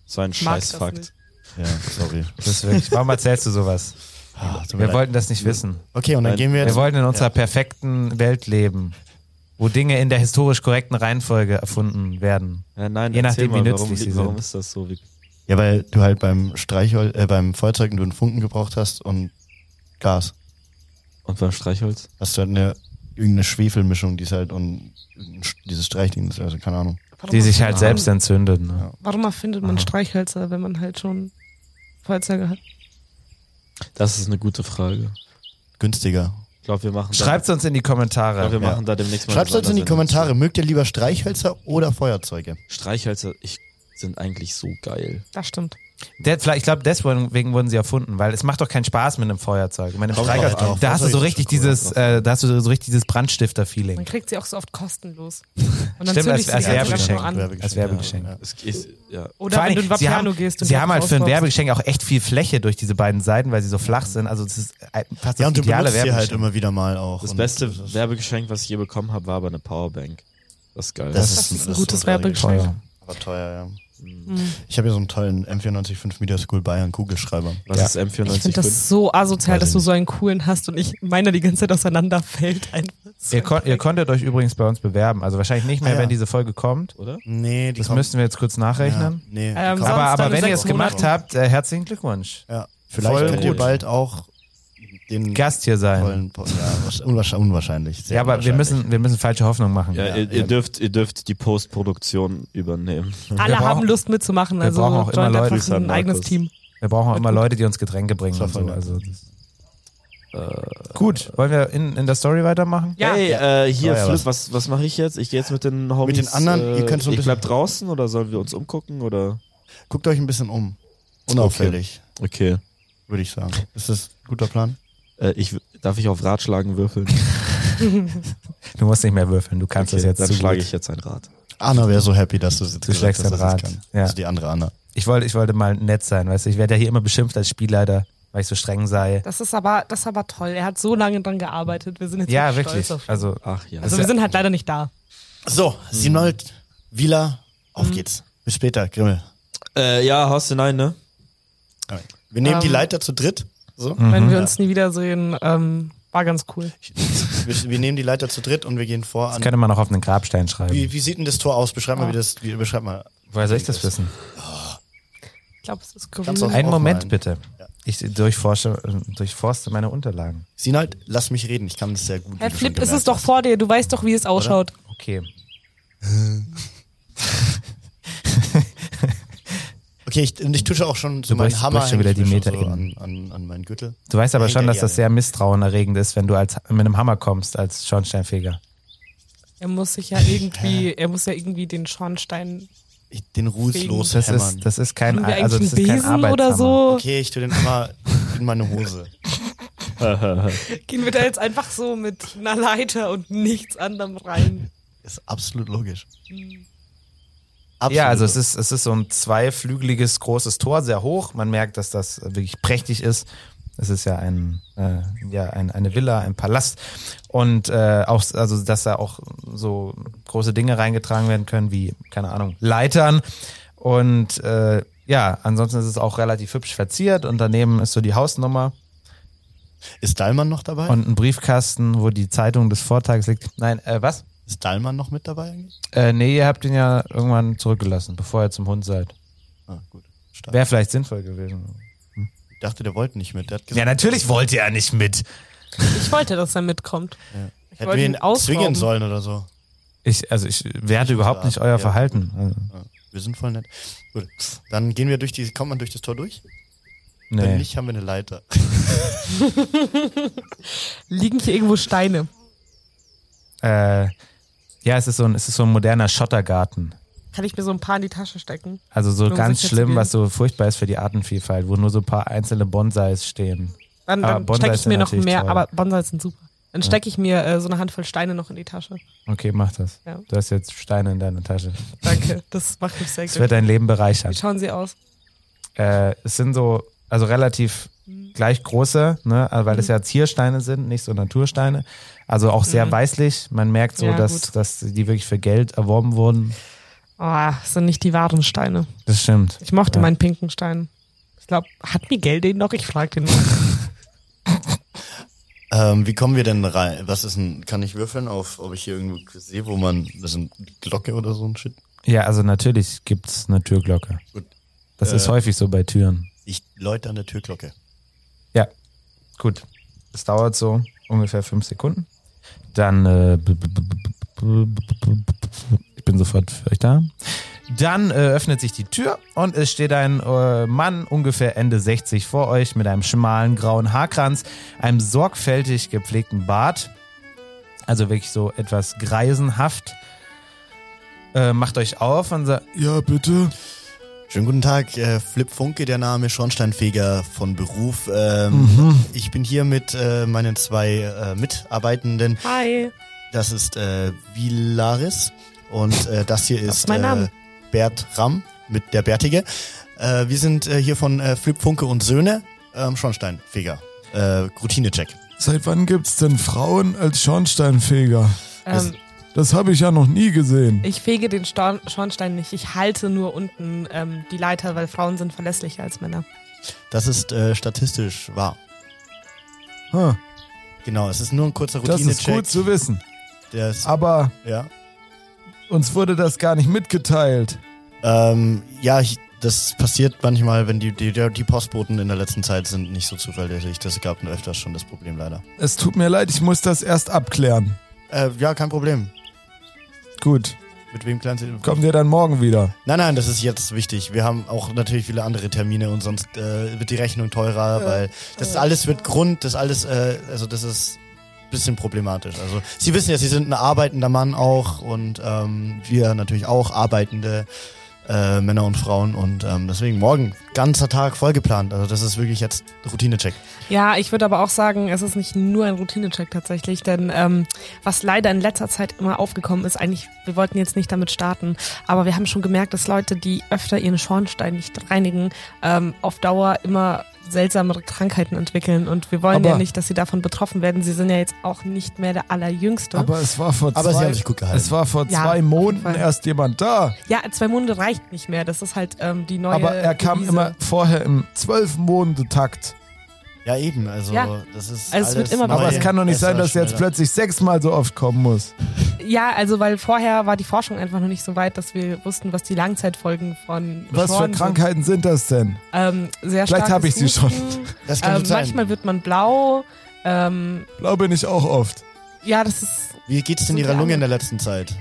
Speaker 6: so
Speaker 5: mag
Speaker 6: ein
Speaker 5: das
Speaker 6: Scheißfakt.
Speaker 5: nicht.
Speaker 4: Ja, sorry.
Speaker 3: Das ist wirklich, warum erzählst du sowas?
Speaker 4: Ah, tut mir
Speaker 3: Wir
Speaker 4: leid.
Speaker 3: wollten das nicht wissen.
Speaker 4: okay, und dann
Speaker 6: Nein.
Speaker 4: gehen wir
Speaker 3: Wir
Speaker 4: jetzt.
Speaker 3: wollten in unserer perfekten Welt leben, wo Dinge in der historisch korrekten Reihenfolge erfunden werden.
Speaker 6: Äh, nein,
Speaker 3: Je
Speaker 6: erzähl
Speaker 3: nachdem, wie
Speaker 6: mal, warum,
Speaker 3: nützlich sie
Speaker 6: warum
Speaker 3: sind.
Speaker 6: ist das so? Wie,
Speaker 4: Ja, weil du halt beim Streichholz, äh, beim Feuerzeug nur einen Funken gebraucht hast und Gas.
Speaker 6: und beim Streichholz?
Speaker 4: Hast du halt eine irgendeine Schwefelmischung, die ist halt und irgendein Sch- dieses Streichding, ist also keine Ahnung.
Speaker 5: Warum
Speaker 3: Die sich
Speaker 5: erfindet
Speaker 3: halt
Speaker 5: man-
Speaker 3: selbst entzündet. Ne?
Speaker 5: Warum erfindet man Streichhölzer, wenn man halt schon Feuerzeuge hat?
Speaker 6: Das ist eine gute Frage.
Speaker 4: Günstiger.
Speaker 6: Ich glaube, wir machen
Speaker 3: Schreibt's uns in die
Speaker 6: da, ich glaub,
Speaker 3: Kommentare.
Speaker 6: wir
Speaker 4: Ja.
Speaker 6: machen da demnächst mal.
Speaker 4: Schreibt
Speaker 6: eine
Speaker 4: uns in die
Speaker 6: Sondersendung zu.
Speaker 4: Kommentare, mögt ihr lieber Streichhölzer oder Feuerzeuge?
Speaker 6: Streichhölzer ich, sind eigentlich so geil.
Speaker 5: Das stimmt.
Speaker 3: Der, vielleicht- ich glaube, deswegen wurden sie erfunden, weil es macht doch keinen Spaß mit einem Feuerzeug. Mit einem
Speaker 4: Kommt
Speaker 3: Streichholz.
Speaker 4: drauf an.
Speaker 3: Da hast du so richtig
Speaker 4: Feuerzeug ist
Speaker 3: dieses, äh, da hast du so richtig dieses Brandstifter-Feeling.
Speaker 5: Man kriegt sie auch so oft kostenlos. Und
Speaker 3: Stimmt,
Speaker 5: dann zünd
Speaker 3: als-
Speaker 5: ich sie
Speaker 3: als
Speaker 5: die ganze Nacht
Speaker 3: Werbegeschenk.
Speaker 5: nur an.
Speaker 3: Als Werbegeschenk.
Speaker 4: Ja.
Speaker 6: Es ist, ja.
Speaker 3: Vor allen
Speaker 5: Oder wenn du in
Speaker 3: Dingen, sie
Speaker 5: Vapiano
Speaker 3: haben,
Speaker 5: gehst und
Speaker 3: sie
Speaker 5: die
Speaker 3: haben halt für ein
Speaker 5: rausbaust.
Speaker 3: Werbegeschenk auch echt viel Fläche durch diese beiden Seiten, weil sie so flach sind. Also es ist äh, fast
Speaker 4: Ja,
Speaker 3: das
Speaker 4: und du
Speaker 3: ideale
Speaker 4: benutzt sie halt
Speaker 3: Werbegeschenk.
Speaker 4: immer wieder mal auch.
Speaker 6: Das
Speaker 4: und
Speaker 6: beste
Speaker 4: das ist-
Speaker 6: Werbegeschenk, was ich je bekommen habe, war aber eine Powerbank. Das ist geil.
Speaker 4: Das
Speaker 5: Das ist ein
Speaker 4: das
Speaker 5: gutes
Speaker 4: ist ein
Speaker 5: Werbegeschenk.
Speaker 3: Teuer.
Speaker 4: Aber teuer, ja. Ich habe hier so einen tollen M495 Media School Bayern Kugelschreiber.
Speaker 6: was
Speaker 3: Ja.
Speaker 6: ist
Speaker 5: Ich finde
Speaker 6: M495?
Speaker 5: das so asozial,
Speaker 4: Weiß
Speaker 5: dass
Speaker 4: ich
Speaker 5: du so einen coolen hast und ich meiner die ganze Zeit auseinanderfällt. Einfach.
Speaker 3: Ihr, kon ihr konntet euch übrigens bei uns bewerben. Also wahrscheinlich nicht mehr,
Speaker 4: Ah, ja.
Speaker 3: wenn diese Folge kommt.
Speaker 6: Oder?
Speaker 4: Nee, die
Speaker 3: Das
Speaker 4: kommen-
Speaker 3: müssten wir jetzt kurz nachrechnen.
Speaker 4: Ja, nee, die
Speaker 5: Ähm,
Speaker 4: kommen-
Speaker 5: sonst
Speaker 3: Aber, aber
Speaker 5: dann
Speaker 3: wenn
Speaker 5: in
Speaker 3: ihr es
Speaker 5: sechs
Speaker 3: gemacht
Speaker 5: Monaten.
Speaker 3: habt, äh, herzlichen Glückwunsch.
Speaker 4: ja, vielleicht
Speaker 3: Voll
Speaker 4: könnt ihr
Speaker 6: gut.
Speaker 4: bald auch den
Speaker 3: Gast hier sein.
Speaker 4: tollen Po- ja, was- unwahrsch- unwahrscheinlich. sehr
Speaker 3: Ja, aber wir
Speaker 4: unwahrscheinlich.
Speaker 3: müssen, wir müssen falsche Hoffnung machen.
Speaker 6: Ja,
Speaker 4: Ja,
Speaker 6: ihr,
Speaker 4: ja.
Speaker 6: ihr, dürft, ihr dürft die Postproduktion übernehmen.
Speaker 5: Alle
Speaker 3: brauchen-
Speaker 5: haben Lust mitzumachen,
Speaker 3: wir
Speaker 5: also
Speaker 3: brauchen auch immer
Speaker 5: joint
Speaker 3: Leute.
Speaker 5: einfach ein
Speaker 6: Markus.
Speaker 5: eigenes Team.
Speaker 3: Wir brauchen auch immer Leute, die uns Getränke bringen.
Speaker 4: Das war
Speaker 3: Und so.
Speaker 4: voll nett.
Speaker 3: also, das, gut, wollen wir in, in der Story weitermachen?
Speaker 5: Ja,
Speaker 6: hey, äh, hier,
Speaker 4: Ah, ja,
Speaker 6: Flip,
Speaker 4: was-
Speaker 6: was, was mache ich jetzt? Ich gehe jetzt mit den Homies.
Speaker 4: Mit den anderen,
Speaker 6: äh,
Speaker 4: ihr könnt so ein
Speaker 6: ich
Speaker 4: bisschen-
Speaker 6: bleib draußen oder sollen wir uns umgucken? Oder?
Speaker 4: Guckt euch ein bisschen um. Unauffällig,
Speaker 6: Okay.
Speaker 4: würde ich sagen. Ist das ein guter Plan?
Speaker 6: Äh, ich, w- darf ich auf Ratschlagen würfeln?
Speaker 3: Du musst nicht mehr würfeln, du kannst das
Speaker 6: Okay,
Speaker 3: jetzt
Speaker 6: dann
Speaker 3: zu
Speaker 6: schlage
Speaker 3: gut.
Speaker 6: ich jetzt ein Rad.
Speaker 4: Anna wäre so happy, dass du es jetzt
Speaker 3: Du
Speaker 4: gesagt
Speaker 3: schlägst
Speaker 4: hast,
Speaker 3: den
Speaker 4: dass ich's
Speaker 3: Rat.
Speaker 4: kann.
Speaker 3: Ja.
Speaker 4: Also die andere Anna.
Speaker 3: Ich wollte, ich wollte mal nett sein, weißt du. Ich werde ja hier immer beschimpft als Spielleiter, weil ich so streng sei.
Speaker 5: Das ist aber, das ist aber toll. Er hat so lange dran gearbeitet. Wir sind jetzt
Speaker 3: Ja,
Speaker 5: wirklich
Speaker 3: wirklich.
Speaker 5: Stolz auf ihn.
Speaker 3: Also,
Speaker 6: Ach ja.
Speaker 5: Also wir sind halt leider nicht da.
Speaker 4: So, Sinold, Vila, auf
Speaker 5: Hm.
Speaker 4: geht's. Bis später, Grimmel.
Speaker 6: äh, ja, haust du nein, ne?
Speaker 4: Wir nehmen die
Speaker 5: Ähm.
Speaker 4: Leiter zu dritt. So.
Speaker 3: Mhm.
Speaker 5: Wenn wir uns nie wiedersehen, ähm, war ganz cool.
Speaker 4: Wir, wir nehmen die Leiter zu dritt und wir gehen vor
Speaker 3: das
Speaker 4: an.
Speaker 3: könnte man noch auf einen Grabstein schreiben.
Speaker 4: Wie, wie sieht denn das Tor aus? Beschreib
Speaker 5: Ah.
Speaker 4: mal, wie das. Wie, beschreib mal.
Speaker 3: Woher soll ich das wissen?
Speaker 5: Ich glaube, es ist
Speaker 4: Ganz offen.
Speaker 5: grün.
Speaker 3: Einen Moment
Speaker 4: Aufmalen.
Speaker 3: bitte. Ich durchforsche, äh, durchforste meine Unterlagen.
Speaker 4: Sinold, lass mich reden. Ich kann das sehr gut. wie
Speaker 5: Herr
Speaker 4: du
Speaker 5: Flip,
Speaker 4: schon
Speaker 5: es ist
Speaker 4: gemerkt
Speaker 5: doch vor dir. Du weißt doch, wie es ausschaut.
Speaker 3: Okay.
Speaker 4: hast. Okay, ich, und ich tusche auch schon so
Speaker 3: Du
Speaker 4: meinen
Speaker 3: brichst-
Speaker 4: Hammer
Speaker 3: brichst schon
Speaker 4: häng
Speaker 3: wieder
Speaker 4: ich
Speaker 3: die
Speaker 4: mir schon
Speaker 3: Meter
Speaker 4: so an,
Speaker 3: in.
Speaker 4: an, an meinen Gürtel.
Speaker 3: Du weißt aber
Speaker 4: Hängt
Speaker 3: schon,
Speaker 4: ja
Speaker 3: dass
Speaker 4: gerne.
Speaker 3: das sehr misstrauenerregend ist, wenn du als mit einem Hammer kommst als Schornsteinfeger.
Speaker 5: Er muss sich ja irgendwie, er muss ja irgendwie den Schornstein.
Speaker 4: Ich, den ruhelos
Speaker 3: Das
Speaker 4: hämmern.
Speaker 3: ist, das ist kein,
Speaker 5: Haben wir
Speaker 3: also das
Speaker 5: eigentlich
Speaker 3: ist
Speaker 5: einen
Speaker 3: kein
Speaker 5: Besen
Speaker 3: Arbeitshammer.
Speaker 5: oder so?
Speaker 4: okay, ich tue den Hammer in meine Hose.
Speaker 5: Gehen wir da jetzt einfach so mit einer Leiter und nichts anderem rein.
Speaker 4: Ist absolut logisch. Absolut.
Speaker 3: Ja, also es ist, es ist so ein zweiflügeliges, großes Tor, sehr hoch. Man merkt, dass das wirklich prächtig ist. Es ist ja ein, äh, ja, ein, eine Villa, ein Palast. Und äh, auch, also dass da auch so große Dinge reingetragen werden können, wie, keine Ahnung, Leitern. Und äh, ja, ansonsten ist es auch relativ hübsch verziert. Und daneben ist so die Hausnummer
Speaker 4: Ist Dahlmann noch dabei?
Speaker 3: und ein Briefkasten, wo die Zeitung des Vortages liegt. Nein, äh, was?
Speaker 4: ist Dahlmann noch mit dabei eigentlich?
Speaker 3: Äh, nee, ihr habt ihn ja irgendwann zurückgelassen, bevor ihr zum Hund seid.
Speaker 4: Ah, gut. Stark.
Speaker 3: Wäre vielleicht sinnvoll gewesen.
Speaker 4: Ich dachte, der wollte nicht mit. Der hat gesagt,
Speaker 3: Ja, natürlich wollte er nicht mit.
Speaker 5: Ich wollte, dass er mitkommt. Ich
Speaker 4: hätten
Speaker 5: wollte
Speaker 4: wir
Speaker 5: ihn
Speaker 4: ihn zwingen
Speaker 5: ausrauben.
Speaker 4: sollen oder so.
Speaker 3: Ich, also ich werte überhaupt nicht euer
Speaker 4: Ja.
Speaker 3: Verhalten. Also,
Speaker 4: Ja, wir sind voll nett. Gut. Dann gehen wir durch die. Kommt man durch das Tor durch? Wenn
Speaker 3: nee.
Speaker 4: nicht, haben wir eine Leiter.
Speaker 5: Liegen hier irgendwo Steine?
Speaker 3: Äh, ja, es ist so ein, es ist so ein moderner Schottergarten.
Speaker 5: Kann ich mir so ein paar in die Tasche stecken?
Speaker 3: Also so
Speaker 5: Lohnt
Speaker 3: ganz
Speaker 5: sich jetzt
Speaker 3: schlimm,
Speaker 5: wieder.
Speaker 3: was so furchtbar ist für die Artenvielfalt, wo nur so ein paar einzelne Bonsais stehen.
Speaker 5: Dann,
Speaker 3: Ah,
Speaker 5: dann
Speaker 3: Bonsais
Speaker 5: stecke ich
Speaker 3: sind
Speaker 5: mir noch
Speaker 3: natürlich
Speaker 5: mehr,
Speaker 3: toll.
Speaker 5: aber Bonsai sind super. Dann stecke ich mir äh, so eine Handvoll Steine noch in die Tasche.
Speaker 3: Okay, mach das.
Speaker 5: Ja.
Speaker 3: Du hast jetzt Steine in deiner Tasche.
Speaker 5: Danke, das macht mich sehr
Speaker 3: Es wird
Speaker 5: glücklich.
Speaker 3: dein Leben
Speaker 5: Wie
Speaker 3: bereichern.
Speaker 5: schauen sie aus?
Speaker 3: Äh, es sind so, also relativ
Speaker 5: Hm.
Speaker 3: gleich große, ne, also weil es ja Ziersteine sind, nicht so Natursteine. Also auch sehr weißlich. Man merkt so,
Speaker 5: Hm. Ja,
Speaker 3: dass,
Speaker 5: gut.
Speaker 3: dass die wirklich für Geld erworben wurden.
Speaker 5: Ah, das sind nicht die wahren Steine.
Speaker 3: Das stimmt.
Speaker 5: Ich mochte
Speaker 3: Ja.
Speaker 5: meinen pinken Stein. Ich glaube, hat Miguel den noch? Ich frage den mal.
Speaker 4: Ähm, wie kommen wir denn rein? Was ist ein. Kann ich würfeln auf, ob ich hier irgendwo sehe, wo man. Das ist eine Glocke oder so ein Shit.
Speaker 3: Ja, also natürlich gibt's eine Türglocke.
Speaker 4: Gut.
Speaker 3: Das
Speaker 4: Äh,
Speaker 3: ist häufig so bei Türen.
Speaker 4: Ich läute an der Türglocke.
Speaker 3: Ja, gut. Es dauert so ungefähr fünf Sekunden. Dann, äh, b- b- b- b- b- b- b- ich bin sofort für euch da. Dann äh, öffnet sich die Tür und es steht ein äh, Mann ungefähr Ende 60 vor euch mit einem schmalen grauen Haarkranz, einem sorgfältig gepflegten Bart, also wirklich so etwas greisenhaft. Äh, macht euch auf und sagt,
Speaker 4: Ja, bitte. Schönen guten Tag, äh, Flip Funke, der Name Schornsteinfeger von Beruf. Ähm, Ich bin hier mit äh, meinen zwei äh, Mitarbeitenden.
Speaker 5: Hi.
Speaker 4: Das ist äh, Vilaris und äh, das hier ist
Speaker 5: mein
Speaker 4: äh,
Speaker 5: Name.
Speaker 4: Bert Ramm mit der Bärtige. Äh, wir sind äh, hier von äh, Flip Funke und Söhne, ähm, Schornsteinfeger. Äh, Routine-Check.
Speaker 7: Seit wann gibt's denn Frauen als Schornsteinfeger?
Speaker 5: Ähm,
Speaker 7: Das habe ich ja noch nie gesehen.
Speaker 5: ich fege den Storn Schornstein nicht. Ich halte nur unten ähm, die Leiter, weil Frauen sind verlässlicher als Männer.
Speaker 4: Das ist äh, statistisch wahr.
Speaker 7: Ha,
Speaker 4: Genau, es ist nur ein kurzer
Speaker 7: das ist
Speaker 4: Routine-Check.
Speaker 7: gut zu wissen.
Speaker 4: Der ist-
Speaker 7: Aber
Speaker 4: ja.
Speaker 7: uns wurde das gar nicht mitgeteilt.
Speaker 4: Ähm, ja, ich, das passiert manchmal, wenn die, die, die Postboten in der letzten Zeit sind nicht so zuverlässig. Das gab öfters schon das Problem leider.
Speaker 7: Es tut mir leid, ich muss das erst abklären.
Speaker 4: Äh, ja, kein Problem.
Speaker 7: Gut,
Speaker 4: Mit wem klären Sie?
Speaker 7: kommen wir dann morgen wieder.
Speaker 4: Nein, nein, das ist jetzt wichtig. Wir haben auch natürlich viele andere Termine und sonst äh, wird die Rechnung teurer, weil das alles wird Grund, das alles, äh, also das ist ein bisschen problematisch. Also Sie wissen ja, Sie sind ein arbeitender Mann auch und ähm, wir natürlich auch arbeitende äh, Männer und Frauen und ähm, deswegen morgen ganzer Tag vollgeplant. Also das ist wirklich jetzt Routinecheck.
Speaker 5: Ja, ich würde aber auch sagen, es ist nicht nur ein Routinecheck tatsächlich, denn ähm, was leider in letzter Zeit immer aufgekommen ist, eigentlich, wir wollten jetzt nicht damit starten, aber wir haben schon gemerkt, dass Leute, die öfter ihren Schornstein nicht reinigen, ähm, auf Dauer immer seltsamere Krankheiten entwickeln und wir wollen ja
Speaker 7: Aber-
Speaker 5: nicht, dass sie davon betroffen werden. Sie sind ja jetzt auch nicht mehr der Allerjüngste.
Speaker 7: Aber es war vor
Speaker 4: Aber
Speaker 7: zwei,
Speaker 4: Sie haben sich gut gehalten.
Speaker 7: es war vor
Speaker 5: Ja, auf
Speaker 7: zwei
Speaker 5: jeden
Speaker 7: Monaten
Speaker 5: Fall.
Speaker 7: erst jemand da.
Speaker 5: ja, zwei Monate reicht nicht mehr. Das ist halt ähm, die neue.
Speaker 7: Aber er kam
Speaker 5: Devise.
Speaker 7: immer vorher im zwölf Monate Takt.
Speaker 4: Ja, eben, also
Speaker 5: Ja.
Speaker 4: das ist
Speaker 5: Also es
Speaker 4: alles
Speaker 5: wird immer
Speaker 7: Aber
Speaker 4: neu,
Speaker 7: es kann doch nicht sein,
Speaker 4: besser,
Speaker 7: dass er jetzt
Speaker 4: schneller.
Speaker 7: plötzlich sechsmal so oft kommen muss.
Speaker 5: Ja, also weil vorher war die Forschung einfach noch nicht so weit, dass wir wussten, was die Langzeitfolgen von
Speaker 7: Was für
Speaker 5: Schorn sind.
Speaker 7: Krankheiten sind das denn?
Speaker 5: Ähm, sehr
Speaker 7: Vielleicht
Speaker 5: starkes
Speaker 7: hab ich sie
Speaker 5: Husten.
Speaker 4: Das kann
Speaker 5: Ähm,
Speaker 4: gut sein.
Speaker 5: manchmal wird man blau. Ähm,
Speaker 7: Blau bin ich auch oft.
Speaker 5: ja, das ist.
Speaker 4: Wie geht's denn
Speaker 5: sind
Speaker 4: Ihrer
Speaker 5: die
Speaker 4: Lunge in
Speaker 5: alle-
Speaker 4: der letzten Zeit?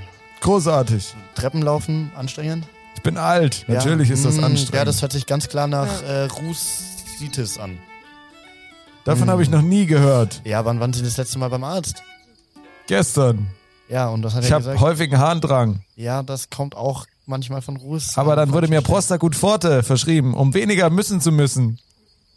Speaker 7: Großartig.
Speaker 4: Treppenlaufen anstrengend?
Speaker 7: Ich bin alt. Natürlich
Speaker 4: Ja.
Speaker 7: ist das
Speaker 4: Mm,
Speaker 7: anstrengend.
Speaker 4: Ja, das hört sich ganz klar nach äh, Rusitis an.
Speaker 7: Davon habe ich noch nie gehört.
Speaker 4: Ja, wann waren Sie das letzte Mal beim Arzt?
Speaker 7: Gestern.
Speaker 4: Ja, und was hat
Speaker 7: Ich
Speaker 4: er
Speaker 7: habe
Speaker 4: gesagt?
Speaker 7: häufigen Harndrang.
Speaker 4: Ja, das kommt auch manchmal von Ruß.
Speaker 7: Aber dann wurde mir Prostagut Forte verschrieben, um weniger müssen zu müssen.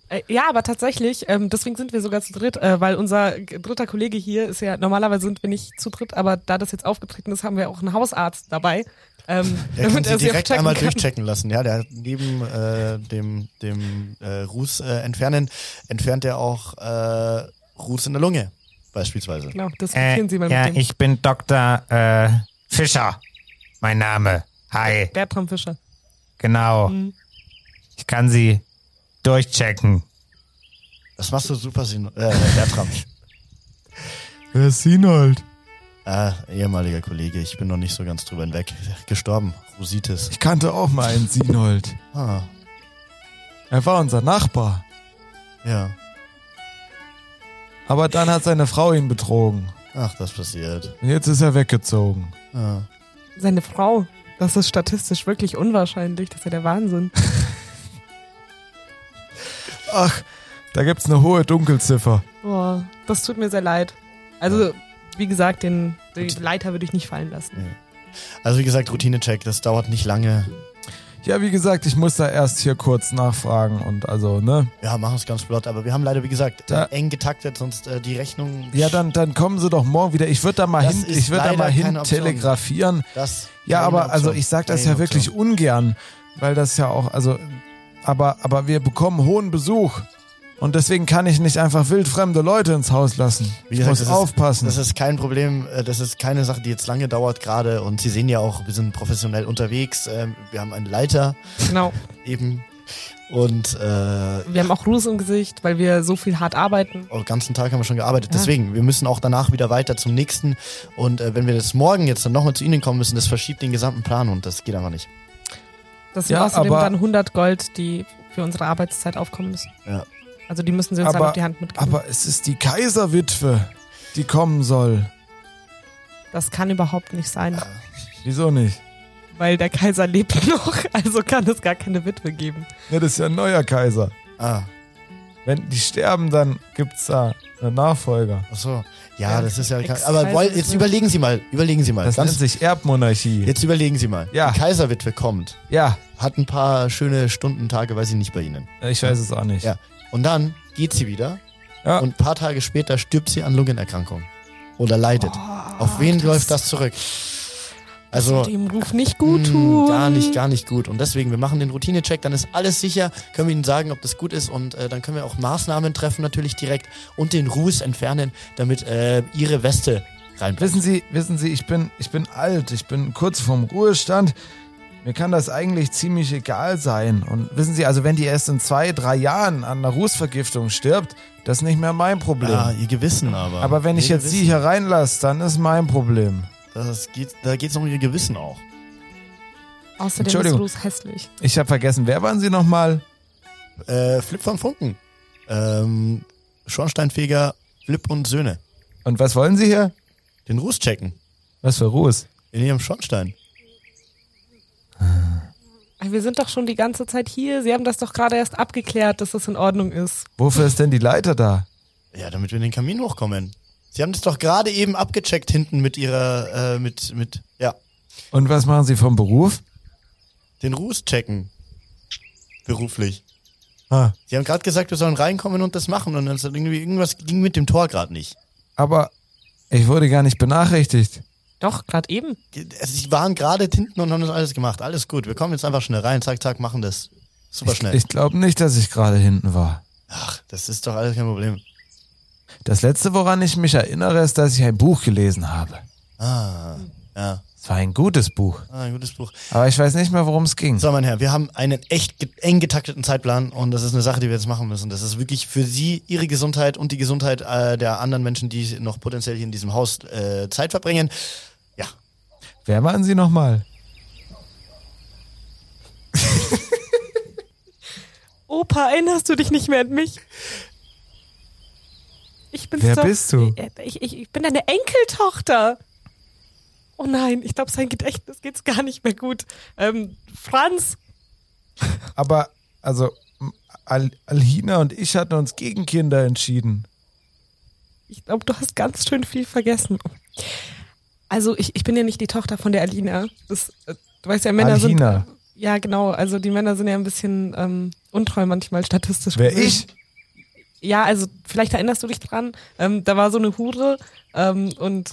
Speaker 5: Äh, ja, aber tatsächlich, ähm, deswegen sind wir sogar zu dritt, äh, weil unser g- dritter Kollege hier ist ja, normalerweise sind wir nicht zu dritt, aber da das jetzt aufgetreten ist, haben wir auch einen Hausarzt dabei. Ähm,
Speaker 4: Der kann sie
Speaker 5: auch
Speaker 4: direkt
Speaker 5: checken
Speaker 4: einmal
Speaker 5: kann.
Speaker 4: durchchecken lassen. Ja, der hat neben äh, dem, dem äh, Ruß äh, entfernen, entfernt er auch äh, Ruß in der Lunge, beispielsweise.
Speaker 5: Genau, diskutieren
Speaker 8: Äh,
Speaker 5: Sie mal
Speaker 8: ja,
Speaker 5: mit dem.
Speaker 8: ich bin Dr. Äh, Fischer. Mein Name. Hi,
Speaker 5: Bertram Fischer.
Speaker 8: genau.
Speaker 5: Mhm.
Speaker 8: Ich kann Sie durchchecken.
Speaker 4: Das machst du super, Sin äh, Bertram.
Speaker 3: Wer ist Sinold?
Speaker 4: ah, ehemaliger Kollege, ich bin noch nicht so ganz drüber hinweg. Gestorben, Rositis.
Speaker 3: Ich kannte auch mal einen Sinold.
Speaker 4: Ah,
Speaker 3: Er war unser Nachbar.
Speaker 4: ja.
Speaker 3: Aber dann hat seine Frau ihn betrogen.
Speaker 4: Ach, das passiert.
Speaker 3: Und jetzt ist er weggezogen.
Speaker 4: Ah.
Speaker 5: Seine Frau. Das ist statistisch wirklich unwahrscheinlich. Das ist ja der Wahnsinn.
Speaker 3: Ach, da gibt's eine hohe Dunkelziffer.
Speaker 5: Boah, das tut mir sehr leid. Also, wie gesagt, den, den Leiter würde ich nicht fallen lassen.
Speaker 4: Also wie gesagt, Routinecheck, das dauert nicht lange.
Speaker 3: Ja, wie gesagt, ich muss da erst hier kurz nachfragen und also, ne?
Speaker 4: Ja, machen es ganz flott, aber wir haben leider, wie gesagt,
Speaker 3: Da-
Speaker 4: äh, eng getaktet, sonst äh, die Rechnung.
Speaker 3: Ja, dann, dann kommen sie doch morgen wieder. Ich würde da mal
Speaker 4: Das
Speaker 3: hin,
Speaker 4: ist
Speaker 3: ich würde da
Speaker 4: leider
Speaker 3: mal hin
Speaker 4: keine Option.
Speaker 3: telegrafieren.
Speaker 4: Das
Speaker 3: Ja,
Speaker 4: keine
Speaker 3: aber
Speaker 4: Option.
Speaker 3: also ich sag das
Speaker 4: Keine
Speaker 3: ja wirklich
Speaker 4: Option.
Speaker 3: ungern, weil das ja auch, also, aber, aber wir bekommen hohen Besuch. Und deswegen kann ich nicht einfach wildfremde Leute ins Haus lassen.
Speaker 4: Wie
Speaker 3: Ich
Speaker 4: gesagt,
Speaker 3: muss
Speaker 4: das ist-
Speaker 3: aufpassen.
Speaker 4: Das ist kein Problem, äh, das ist keine Sache, die jetzt lange dauert gerade und Sie sehen ja auch, wir sind professionell unterwegs, ähm, wir haben einen Leiter
Speaker 5: Genau.
Speaker 4: eben und äh,
Speaker 5: Wir haben auch Ruß im Gesicht, weil wir so viel hart arbeiten.
Speaker 4: den ganzen Tag haben wir schon gearbeitet.
Speaker 5: Ja.
Speaker 4: Deswegen, wir müssen auch danach wieder weiter zum nächsten und äh, wenn wir das morgen jetzt dann nochmal zu Ihnen kommen müssen, das verschiebt den gesamten Plan und das geht einfach nicht.
Speaker 5: Das sind
Speaker 3: Ja,
Speaker 5: außerdem
Speaker 3: aber-
Speaker 5: dann 100 Gold, die für unsere Arbeitszeit aufkommen müssen.
Speaker 4: Ja.
Speaker 5: Also die müssen sie uns
Speaker 3: Aber-
Speaker 5: dann auf die Hand mitgeben.
Speaker 3: aber es ist die Kaiserwitwe, die kommen soll.
Speaker 5: das kann überhaupt nicht sein,
Speaker 3: Wieso nicht?
Speaker 5: weil der Kaiser lebt noch, also kann es gar keine Witwe geben.
Speaker 3: Ja, das ist ja ein neuer Kaiser.
Speaker 4: Ah.
Speaker 3: Wenn die sterben, dann gibt's da einen Nachfolger.
Speaker 4: Ach so. Ja,
Speaker 5: Ja,
Speaker 4: das ist ja. kein-
Speaker 5: Ex-
Speaker 4: Aber woll,
Speaker 5: Kaiser-
Speaker 4: jetzt überlegen Sie mal. Überlegen Sie mal.
Speaker 3: Das nennt
Speaker 4: Ganz,
Speaker 3: sich Erbmonarchie.
Speaker 4: jetzt überlegen Sie mal.
Speaker 3: Ja.
Speaker 4: Die Kaiserwitwe kommt.
Speaker 3: Ja,
Speaker 4: Hat ein paar schöne Stunden, Tage, weiß ich nicht, bei Ihnen.
Speaker 3: ich weiß es auch nicht.
Speaker 4: Ja. Und dann geht sie wieder.
Speaker 3: Ja.
Speaker 4: Und ein paar Tage später stirbt sie an Lungenerkrankung. Oder leidet. Auf wen läuft das zurück? Also.
Speaker 5: Dem Ruf
Speaker 3: Hm.
Speaker 5: nicht gut
Speaker 4: mh,
Speaker 5: tun.
Speaker 4: Gar nicht, gar nicht gut. Und deswegen, wir machen den Routinecheck, dann ist alles sicher, können wir Ihnen sagen, ob das gut ist und äh, dann können wir auch Maßnahmen treffen natürlich direkt und den Ruß entfernen, damit äh, Ihre Weste reinbleibt.
Speaker 3: Wissen Sie, wissen Sie, ich bin, ich bin alt, ich bin kurz vorm Ruhestand. Mir kann das eigentlich ziemlich egal sein. Und wissen Sie, also wenn die erst in zwei, drei Jahren an einer Rußvergiftung stirbt, das ist nicht mehr mein Problem.
Speaker 4: Ah, Ja, ihr Gewissen aber.
Speaker 3: Aber wenn ich
Speaker 4: ihr
Speaker 3: jetzt sie
Speaker 4: Gewissen,
Speaker 3: hier reinlasse, dann ist mein Problem.
Speaker 4: Das geht, da geht es um ihr Gewissen auch.
Speaker 5: Außerdem ist
Speaker 3: Entschuldigung.
Speaker 5: Ruß hässlich.
Speaker 3: Ich habe vergessen, wer waren Sie nochmal?
Speaker 4: Äh, Flip von Funken. Ähm, Schornsteinfeger, Flip und Söhne.
Speaker 3: Und was wollen Sie hier?
Speaker 4: Den Ruß checken.
Speaker 3: Was für Ruß?
Speaker 4: In ihrem Schornstein.
Speaker 5: Wir sind doch schon die ganze Zeit hier. Sie haben das doch gerade erst abgeklärt, dass das in Ordnung ist.
Speaker 3: Wofür ist denn die Leiter da?
Speaker 4: Ja, damit wir in den Kamin hochkommen. Sie haben das doch gerade eben abgecheckt hinten mit ihrer, äh, mit, mit, ja,
Speaker 3: Und was machen Sie vom Beruf?
Speaker 4: den Ruß checken. Beruflich.
Speaker 3: Ah,
Speaker 4: Sie haben gerade gesagt, wir sollen reinkommen und das machen und dann ist irgendwie irgendwas ging mit dem Tor gerade nicht.
Speaker 3: aber ich wurde gar nicht benachrichtigt.
Speaker 5: Doch, gerade eben.
Speaker 4: Sie Also, waren gerade hinten und haben das alles gemacht. Alles gut. Wir kommen jetzt einfach schnell rein. Zack, zack, machen das. Super schnell.
Speaker 3: Ich glaube nicht, dass ich gerade hinten war.
Speaker 4: Ach, das ist doch alles kein Problem.
Speaker 3: Das letzte, woran ich mich erinnere, ist, dass ich ein Buch gelesen habe.
Speaker 4: Ah, ja.
Speaker 3: Es war ein gutes Buch,
Speaker 4: Ah, ein gutes Buch.
Speaker 3: aber ich weiß nicht mehr, worum es ging.
Speaker 4: So, mein Herr, wir haben einen echt ge- eng getakteten Zeitplan und das ist eine Sache, die wir jetzt machen müssen. Das ist wirklich für Sie, Ihre Gesundheit und die Gesundheit äh, der anderen Menschen, die noch potenziell hier in diesem Haus äh, Zeit verbringen. Ja,
Speaker 3: Wer waren Sie nochmal?
Speaker 5: Opa, erinnerst du dich nicht mehr an mich? Ich bin's
Speaker 3: Wer
Speaker 5: doch.
Speaker 3: bist du?
Speaker 5: Äh, Ich, ich, ich bin deine Enkeltochter. Oh nein, ich glaube, sein Gedächtnis geht's gar nicht mehr gut. Ähm, Franz,
Speaker 3: Aber, also, m, Al Alhina und ich hatten uns gegen Kinder entschieden.
Speaker 5: ich glaube, du hast ganz schön viel vergessen. Also, ich, ich bin ja nicht die Tochter von der Alina. Das, äh, du weißt ja, Männer sind.
Speaker 3: Alhina.
Speaker 5: Ja, genau. Also die Männer sind ja ein bisschen ähm, untreu manchmal statistisch.
Speaker 8: Wer
Speaker 5: gesehen.
Speaker 8: ich?
Speaker 5: Ja, also vielleicht erinnerst du dich dran. Ähm, da war so eine Hure ähm, und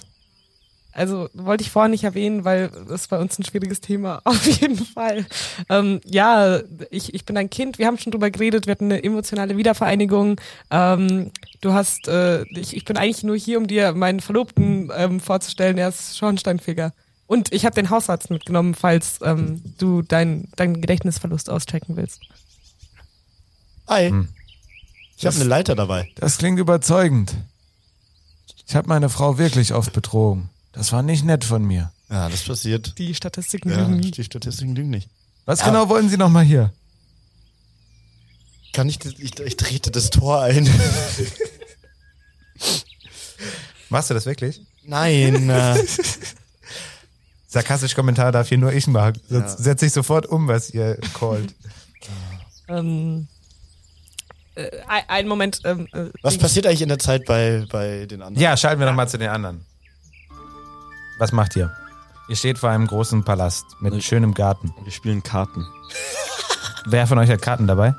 Speaker 5: also wollte ich vorher nicht erwähnen, weil das ist bei uns ein schwieriges Thema, auf jeden Fall. Ähm, ja, ich, ich bin ein Kind, wir haben schon drüber geredet, wir hatten eine emotionale Wiedervereinigung. Ähm, du hast, äh, ich, ich bin eigentlich nur hier, um dir meinen Verlobten ähm, vorzustellen, er ist Schornsteinfeger. Und ich habe den Hausarzt mitgenommen, falls ähm, du deinen dein Gedächtnisverlust auschecken willst.
Speaker 4: Ei.
Speaker 3: Hm.
Speaker 4: Ich habe eine Leiter dabei.
Speaker 3: Das klingt überzeugend. Ich habe meine Frau wirklich oft betrogen. Das war nicht nett von mir.
Speaker 4: Ja, das passiert.
Speaker 5: Die Statistiken
Speaker 4: Ja,
Speaker 5: lügen nie.
Speaker 4: die Statistiken lügen nicht.
Speaker 3: Was genau wollen Sie nochmal hier?
Speaker 4: Kann ich, das- ich, ich trete das Tor ein.
Speaker 8: Machst du das wirklich?
Speaker 4: Nein. Äh,
Speaker 8: Sarkastisch Kommentar darf hier nur ich machen. Sonst setze ich sofort um, was ihr callt.
Speaker 5: Ähm, äh, ein- einen Moment. Ähm, äh,
Speaker 4: was
Speaker 5: die-
Speaker 4: passiert eigentlich in der Zeit bei, bei den anderen?
Speaker 8: Ja, schalten wir nochmal zu den anderen. Was macht ihr? Ihr steht vor einem großen Palast mit schönem Garten.
Speaker 6: Wir spielen Karten.
Speaker 8: Wer von euch hat Karten dabei?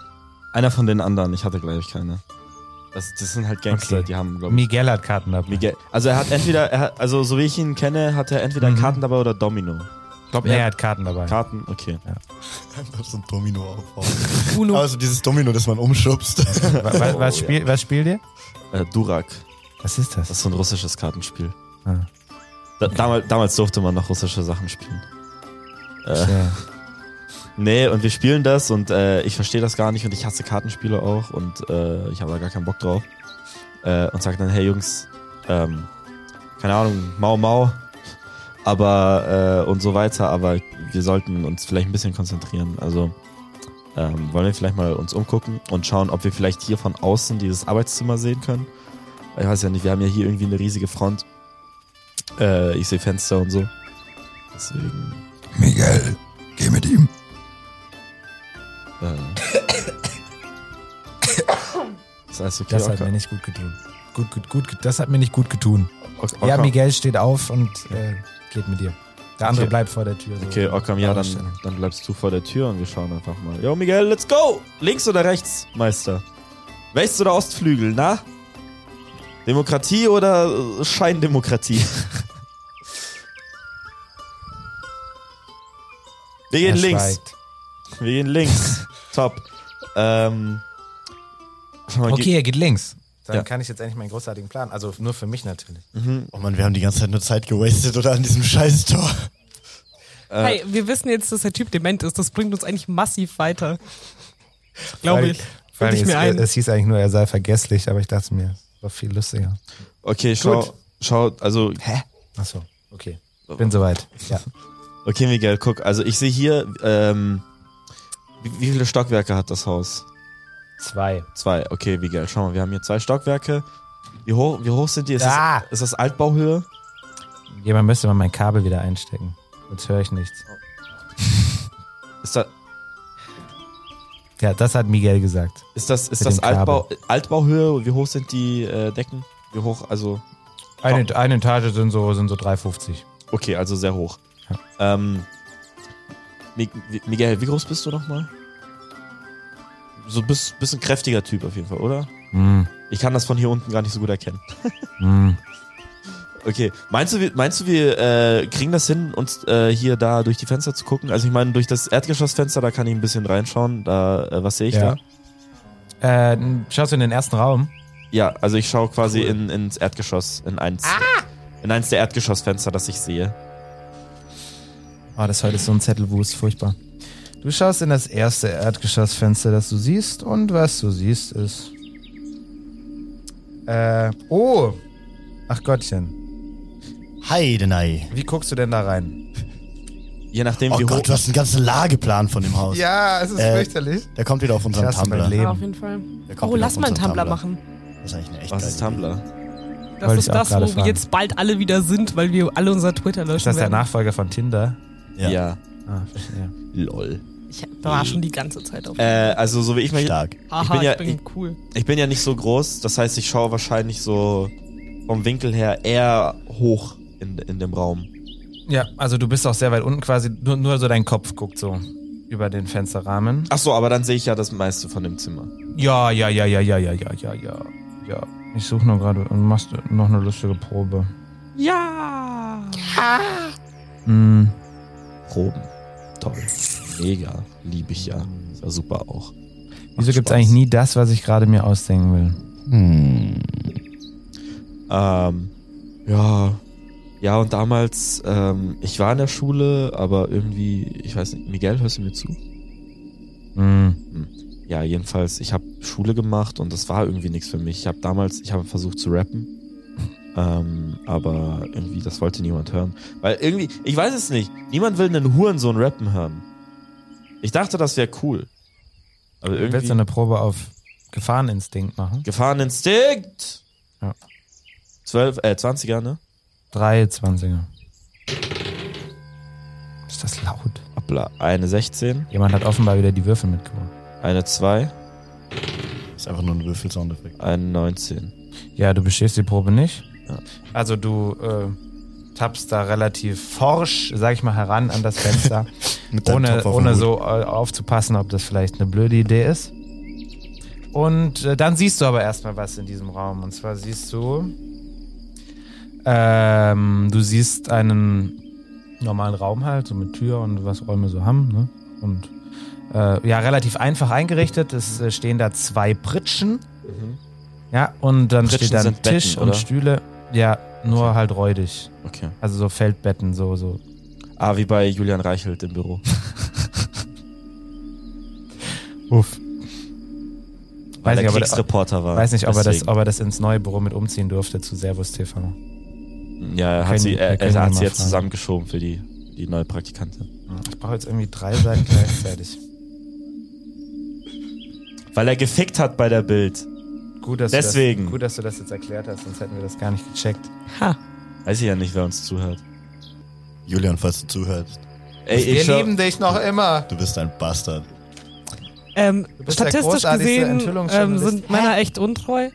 Speaker 6: Einer von den anderen, ich hatte glaube ich keine. Das, das sind halt Gangster,
Speaker 8: Okay.
Speaker 6: die haben glaube ich.
Speaker 8: Miguel hat Karten dabei.
Speaker 6: Miguel. Also er hat entweder, er hat, also so wie ich ihn kenne, hat er
Speaker 4: Mhm.
Speaker 6: entweder Karten dabei oder Domino.
Speaker 8: Ich glaube, er hat Karten dabei.
Speaker 6: Karten, okay.
Speaker 4: Einfach so ein Domino aufbauen.
Speaker 5: Uno.
Speaker 4: Also dieses Domino, das man umschubst.
Speaker 8: Wa- wa-
Speaker 6: Oh,
Speaker 8: was, spiel, was spielt ihr?
Speaker 6: Äh, Durak,
Speaker 8: Was ist
Speaker 6: das
Speaker 8: das?
Speaker 6: ist so ein russisches Kartenspiel.
Speaker 8: Ah.
Speaker 6: Da, damals, damals durfte man noch russische Sachen spielen.
Speaker 8: Äh,
Speaker 6: Nee, und wir spielen das und äh, ich verstehe das gar nicht und ich hasse Kartenspiele auch und äh, ich habe da gar keinen Bock drauf. Äh, und sage dann, hey Jungs, ähm, keine Ahnung, mau mau, aber äh, und so weiter, aber wir sollten uns vielleicht ein bisschen konzentrieren. Also ähm, wollen wir vielleicht mal uns umgucken und schauen, ob wir vielleicht hier von außen dieses Arbeitszimmer sehen können. Ich weiß ja nicht, wir haben ja hier irgendwie eine riesige Front. Äh, ich sehe Fenster und so. Deswegen.
Speaker 9: Miguel, geh mit ihm.
Speaker 6: Äh. ist alles okay?
Speaker 8: Das hat
Speaker 6: Oskar?
Speaker 8: mir nicht gut getan. Gut, gut, gut, gut. Das hat mir nicht gut getan.
Speaker 6: Ok-
Speaker 8: Ja,
Speaker 6: Ockam-
Speaker 8: Miguel steht auf und äh, geht mit dir. Der andere
Speaker 6: Okay.
Speaker 8: bleibt vor der Tür. So.
Speaker 6: Okay, Ockam,
Speaker 4: Ah,
Speaker 6: ja, dann, dann bleibst du vor der Tür und wir schauen einfach mal. Yo, Miguel, let's go! Links oder rechts, Meister? West- oder Ostflügel, na? Demokratie oder äh, Scheindemokratie? wir
Speaker 8: Er
Speaker 6: gehen links.
Speaker 8: schweigt.
Speaker 6: Wir gehen links. Top. Ähm, schau mal,
Speaker 8: Okay, er geht links. Dann
Speaker 6: Ja.
Speaker 8: kann ich jetzt endlich meinen großartigen Plan. Also nur für mich natürlich.
Speaker 4: Oh Mann, wir haben die ganze Zeit nur Zeit gewastet oder an diesem scheiß Tor.
Speaker 8: äh,
Speaker 5: Hey, wir wissen jetzt, dass der Typ dement ist. Das bringt uns eigentlich massiv weiter. Glaube
Speaker 8: Weil-
Speaker 5: ich.
Speaker 8: Vor allem
Speaker 5: Bilde ich mir
Speaker 8: es,
Speaker 5: ein.
Speaker 8: es hieß eigentlich nur, er sei vergesslich, aber ich dachte mir, es war viel lustiger.
Speaker 6: Okay, schau, schau, also
Speaker 8: Achso, okay. Bin soweit. Ja.
Speaker 6: Okay, Miguel, guck, also ich sehe hier, ähm, wie, wie viele Stockwerke hat das Haus?
Speaker 8: Zwei.
Speaker 6: Zwei. Okay, Miguel, schau mal, wir haben hier zwei Stockwerke. Wie hoch, wie hoch sind die? Ist,
Speaker 8: Ah!
Speaker 6: das, ist das Altbauhöhe?
Speaker 8: Jemand müsste mal mein Kabel wieder einstecken. Jetzt höre ich nichts.
Speaker 6: Ist, da,
Speaker 8: Ja, das hat Miguel gesagt.
Speaker 6: ist das, ist
Speaker 8: Mit
Speaker 6: das
Speaker 8: dem Kabel.
Speaker 6: Altbau, Altbauhöhe? Wie hoch sind die äh, Decken? Wie hoch? Also,
Speaker 8: Eine, eine Etage sind so, sind so 3,50.
Speaker 6: okay, also sehr hoch. Ähm, Mi- Mi- Miguel, wie groß bist du nochmal? So ein bist, bist ein kräftiger Typ auf jeden Fall, oder?
Speaker 8: Mm,
Speaker 6: Ich kann das von hier unten gar nicht so gut erkennen.
Speaker 8: mm.
Speaker 6: Okay, meinst du, wir- meinst du, wir äh, kriegen das hin, uns äh, hier da durch die Fenster zu gucken? Also ich meine, durch das Erdgeschossfenster, da kann ich ein bisschen reinschauen. Da, äh, was sehe ich
Speaker 8: Ja.
Speaker 6: da?
Speaker 8: Äh, schaust du in den ersten Raum?
Speaker 6: Ja, also ich schaue quasi in, ins Erdgeschoss, in eins, in eins der Erdgeschossfenster, das ich sehe.
Speaker 8: Oh, das heute ist so ein Zettelwust, furchtbar.
Speaker 3: Du schaust in das erste Erdgeschossfenster, das du siehst, und was du siehst ist.
Speaker 8: Äh, oh! Ach Gottchen.
Speaker 4: Heidenei.
Speaker 8: Wie guckst du denn da rein?
Speaker 6: Je nachdem,
Speaker 4: Oh
Speaker 6: wie
Speaker 4: Gott, du
Speaker 6: hoch.
Speaker 4: hast einen ganzen Lageplan von dem Haus.
Speaker 3: Ja, es ist
Speaker 4: Äh,
Speaker 3: fürchterlich.
Speaker 4: Der kommt wieder auf unseren
Speaker 8: Das ist mein
Speaker 4: Tumblr.
Speaker 8: Leben.
Speaker 5: Ja, auf jeden Fall.
Speaker 4: Der kommt
Speaker 5: Oh,
Speaker 4: wieder
Speaker 5: lass
Speaker 4: auf
Speaker 5: mal einen
Speaker 4: unseren
Speaker 5: Tumblr machen.
Speaker 4: Das ist eigentlich eine echt
Speaker 6: Was ist
Speaker 4: geile Idee.
Speaker 6: Tumblr?
Speaker 5: Das
Speaker 8: Wollte
Speaker 5: ist
Speaker 8: ich auch
Speaker 5: das,
Speaker 8: gerade
Speaker 5: wo wir
Speaker 8: fragen.
Speaker 5: jetzt bald alle wieder sind, weil wir alle unser Twitter löschen
Speaker 8: Ist das der
Speaker 5: werden.
Speaker 8: Nachfolger von Tinder?
Speaker 4: Ja.
Speaker 6: Ja.
Speaker 8: Ah, verstehe.
Speaker 6: Lol.
Speaker 5: Ich war schon die ganze Zeit auf.
Speaker 6: Äh, also so wie ich mich.
Speaker 4: Stark.
Speaker 5: Haha,
Speaker 6: ich bin ja-
Speaker 5: cool.
Speaker 6: Ich bin ja nicht so groß, das heißt, ich schaue wahrscheinlich so vom Winkel her eher hoch in, in dem Raum.
Speaker 8: Ja, also du bist auch sehr weit unten quasi, nur, nur so dein Kopf guckt so über den Fensterrahmen.
Speaker 6: Ach so, aber dann sehe ich ja das meiste von dem Zimmer.
Speaker 8: Ja, ja, ja, ja, ja, ja, ja, ja, ja. Ja. Ich suche nur gerade und machst noch eine lustige Probe.
Speaker 5: Ja!
Speaker 8: Hm.
Speaker 6: Proben. Toll. Mega. Liebe ich ja. Ist ja super auch.
Speaker 8: Wieso gibt's
Speaker 6: Spaß.
Speaker 8: eigentlich nie das, was ich gerade mir ausdenken will?
Speaker 6: Ähm, ja. Ja, und damals, ähm, ich war in der Schule, aber irgendwie, ich weiß nicht, Miguel, hörst du mir zu?
Speaker 8: Hm.
Speaker 6: Ja, jedenfalls, ich habe Schule gemacht und das war irgendwie nichts für mich. Ich habe damals, ich habe versucht zu rappen, ähm, aber irgendwie, das wollte niemand hören. Weil irgendwie, ich weiß es nicht, niemand will einen Hurensohn rappen hören. Ich dachte, das wäre cool. Aber
Speaker 8: Willst du
Speaker 6: irgendwie,
Speaker 8: eine Probe auf Gefahreninstinkt machen?
Speaker 6: Gefahreninstinkt!
Speaker 8: Ja.
Speaker 6: 12, äh, 20er, ne?
Speaker 8: Drei 20er. Ist das laut?
Speaker 6: Hoppla, eine 16,
Speaker 8: Jemand hat offenbar wieder die Würfel mitgebracht.
Speaker 6: eine 2,
Speaker 4: Ist einfach nur ein Würfel-Soundeffekt.
Speaker 6: eine 19.
Speaker 8: Ja, du bestehst die Probe nicht.
Speaker 6: Ja.
Speaker 8: Also du äh, tappst da relativ forsch, sag ich mal, heran an das Fenster,
Speaker 4: Mit deinem
Speaker 8: ohne,
Speaker 4: Topf auf dem
Speaker 8: ohne
Speaker 4: Hut.
Speaker 8: so äh, aufzupassen, ob das vielleicht eine blöde Idee ist. Und äh, dann siehst du aber erstmal was in diesem Raum. Und zwar siehst du, ähm, du siehst einen normalen Raum halt, so mit Tür und was Räume so haben. Ne? Und äh, ja, relativ einfach eingerichtet. Es äh, stehen da zwei Pritschen. Ja, und dann
Speaker 6: Mhm. Pritschen
Speaker 8: steht da ein
Speaker 6: sind Betten,
Speaker 8: Tisch
Speaker 6: oder?
Speaker 8: und Stühle. Ja, nur halt räudig.
Speaker 6: Okay.
Speaker 8: Also so Feldbetten, so, so.
Speaker 6: Ah, wie bei Julian Reichelt im Büro.
Speaker 8: Uff.
Speaker 6: Weil
Speaker 8: Weiß
Speaker 6: er
Speaker 8: nicht, ob er-
Speaker 6: Kriegsreporter war.
Speaker 8: Weiß nicht, ob er, das,
Speaker 6: Deswegen.
Speaker 8: ob er das ins neue Büro mit umziehen durfte zu Servus TV.
Speaker 6: Ja, er
Speaker 8: Können-
Speaker 6: hat sie,
Speaker 8: wir
Speaker 6: er,
Speaker 8: können
Speaker 6: er
Speaker 8: ihn
Speaker 6: hat
Speaker 8: mal
Speaker 6: sie jetzt
Speaker 8: fragen.
Speaker 6: zusammengeschoben für die, die neue Praktikantin.
Speaker 8: Ich brauche jetzt irgendwie drei Seiten gleichzeitig.
Speaker 6: Weil er gefickt hat bei der Bild.
Speaker 8: Gut dass, Du
Speaker 6: Deswegen.
Speaker 8: das, gut, dass du das jetzt erklärt hast, sonst hätten wir das gar nicht gecheckt.
Speaker 6: Weiß ich ja nicht, wer uns zuhört.
Speaker 4: Julian, falls du zuhörst,
Speaker 6: Ey,
Speaker 8: wir
Speaker 6: ich schau-
Speaker 8: lieben dich noch immer.
Speaker 4: du bist ein Bastard.
Speaker 5: Ähm,
Speaker 8: bist der
Speaker 5: statistisch
Speaker 8: großartigste
Speaker 5: gesehen ähm,
Speaker 8: Enthüllungsjournalist.
Speaker 5: sind Männer echt untreu.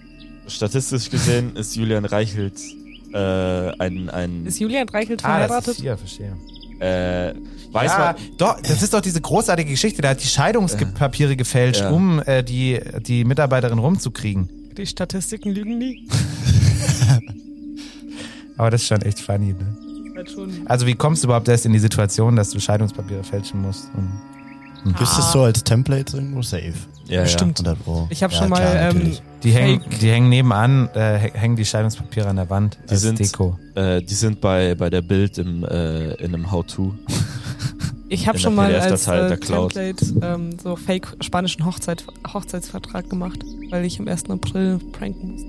Speaker 6: statistisch gesehen ist Julian Reichelt äh, ein, ein
Speaker 5: Ist Julian Reichelt
Speaker 8: Ah, das
Speaker 5: verheiratet?
Speaker 8: ist hier, verstehe.
Speaker 6: äh, weiß
Speaker 8: ja,
Speaker 6: man,
Speaker 8: doch, das ist doch diese großartige Geschichte, da hat die Scheidungspapiere gefälscht,
Speaker 6: Ja.
Speaker 8: um äh, die, die Mitarbeiterin rumzukriegen.
Speaker 5: Die Statistiken lügen nie.
Speaker 8: Aber das ist schon echt funny, ne?
Speaker 5: Halt schon.
Speaker 8: Also wie kommst du überhaupt erst in die Situation, dass du Scheidungspapiere fälschen musst? Und
Speaker 5: Mhm.
Speaker 4: Gibt's das so als Template irgendwo? Safe.
Speaker 6: ja, ja.
Speaker 5: Stimmt.
Speaker 4: 100 Pro.
Speaker 5: Ich habe
Speaker 4: Ja,
Speaker 5: schon mal
Speaker 4: klar,
Speaker 5: ähm,
Speaker 4: natürlich.
Speaker 8: die, hängen,
Speaker 5: Fake.
Speaker 8: die hängen nebenan, äh, häng- hängen die Scheidungspapiere an der Wand
Speaker 6: Die
Speaker 8: als
Speaker 6: sind-
Speaker 8: Deko.
Speaker 6: Äh, die sind bei, bei der Bild im, äh, in einem How-To.
Speaker 5: Ich habe
Speaker 6: In
Speaker 5: schon
Speaker 6: der
Speaker 5: mal
Speaker 6: PDF-Datei
Speaker 5: als äh,
Speaker 6: der Cloud.
Speaker 5: Template ähm, so fake spanischen Hochzeit, Hochzeitsvertrag gemacht, weil ich am 1. April pranken muss.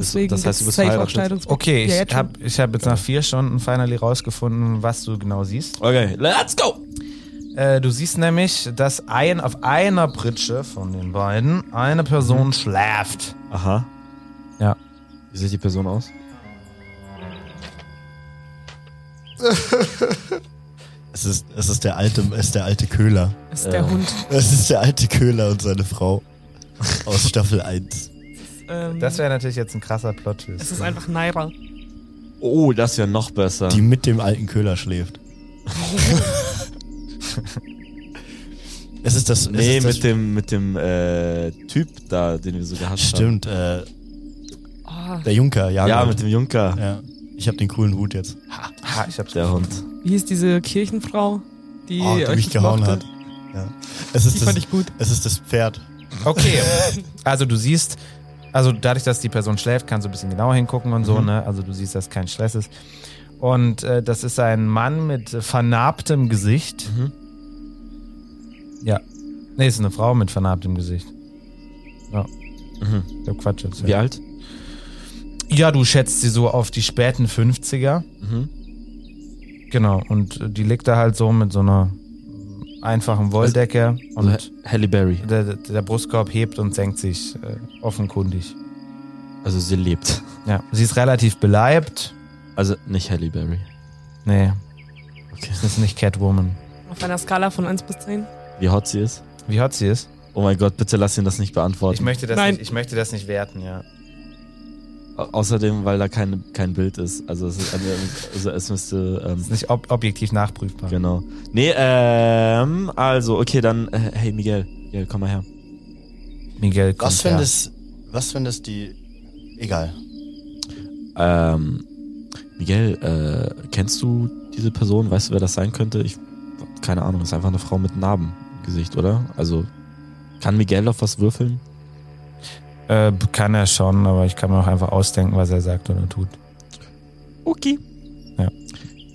Speaker 5: Deswegen
Speaker 6: das heißt, du
Speaker 5: gibt's
Speaker 6: bist
Speaker 5: safe auch
Speaker 6: verheiratet?
Speaker 5: Scheidungs- Ja,
Speaker 8: Okay, ich
Speaker 5: jetzt
Speaker 8: habe ich hab jetzt nach vier Stunden finally rausgefunden, was du genau siehst.
Speaker 6: Okay, let's go!
Speaker 8: Äh, du siehst nämlich, dass ein auf einer Pritsche von den beiden eine Person schläft.
Speaker 6: Aha.
Speaker 8: Ja.
Speaker 6: Wie sieht die Person aus?
Speaker 4: Es ist, es ist der alte, es ist der alte Köhler.
Speaker 5: schon. ist der
Speaker 6: äh,
Speaker 5: Hund.
Speaker 4: Es ist der alte Köhler und seine Frau. Aus Staffel 1.
Speaker 5: Ähm,
Speaker 8: Das wäre natürlich jetzt ein krasser plot
Speaker 5: es ist einfach Naira.
Speaker 6: Oh, das wäre noch besser.
Speaker 4: Die mit dem alten Köhler schläft. es ist das.
Speaker 6: nee,
Speaker 4: es ist
Speaker 6: mit dem, mit dem äh, Typ da, den wir so
Speaker 4: das,
Speaker 6: gehasst haben.
Speaker 4: Stimmt, äh,
Speaker 5: Oh,
Speaker 4: der Junker, ja.
Speaker 6: Ja, mit dem Junker.
Speaker 4: Ja. Ich habe den coolen Hut jetzt.
Speaker 8: Ha, ich hab's
Speaker 6: Der Hund.
Speaker 5: wie hieß diese Kirchenfrau, die
Speaker 4: Oh, der
Speaker 5: euch
Speaker 4: mich
Speaker 5: nicht
Speaker 4: gehauen
Speaker 5: mochte?
Speaker 4: hat. Ja. Es, ist
Speaker 5: Die fand
Speaker 4: das,
Speaker 5: ich gut.
Speaker 4: es ist das Pferd.
Speaker 8: Okay, also du siehst, also dadurch, dass die Person schläft, kannst du ein bisschen genauer hingucken und
Speaker 6: Mhm.
Speaker 8: so, ne? Also du siehst, dass kein Stress ist. Und äh, das ist ein Mann mit äh, vernarbtem Gesicht.
Speaker 6: Mhm.
Speaker 8: Ja. Nee, ist eine Frau mit vernarbtem Gesicht. Ja.
Speaker 6: Mhm.
Speaker 8: Ich hab Quatsch erzählt.
Speaker 6: Wie alt?
Speaker 8: Ja, du schätzt sie so auf die späten 50er.
Speaker 6: Mhm.
Speaker 8: Genau. Und äh, die liegt da halt so mit so einer einfachen Wolldecke.
Speaker 6: Also
Speaker 8: und
Speaker 6: Ha- Halle Berry.
Speaker 8: der, der Brustkorb hebt und senkt sich äh, offenkundig.
Speaker 6: Also sie lebt.
Speaker 8: Ja, sie ist relativ beleibt.
Speaker 6: Also nicht Halle Berry.
Speaker 8: Nee,
Speaker 6: Okay.
Speaker 8: das ist nicht Catwoman.
Speaker 5: Auf einer Skala von 1 bis 10.
Speaker 6: Wie hot sie ist?
Speaker 8: Wie hot sie ist?
Speaker 6: Oh mein Gott, bitte lass ihn das nicht beantworten.
Speaker 8: möchte das,
Speaker 5: Nein.
Speaker 8: Nicht, ich möchte das nicht werten, ja.
Speaker 2: Au- Außerdem, weil da kein, kein Bild ist. Also es, ist, eine- also es müsste. Ähm,
Speaker 8: Ist nicht ob objektiv nachprüfbar.
Speaker 2: Genau. Nee, ähm, also, okay, dann, äh, hey Miguel, Miguel, komm mal her.
Speaker 8: Miguel kommt
Speaker 4: Was, wenn
Speaker 8: her.
Speaker 4: das, was, wenn das die. Egal.
Speaker 2: Ähm, Miguel, äh, kennst du diese Person? Weißt du, wer das sein könnte? Ich, keine Ahnung, ist einfach eine Frau mit Narben im Gesicht, oder? Also, kann Miguel auf was würfeln?
Speaker 8: Äh, kann er schon, aber ich kann mir auch einfach ausdenken, was er sagt oder tut.
Speaker 2: Okay.
Speaker 8: Ja.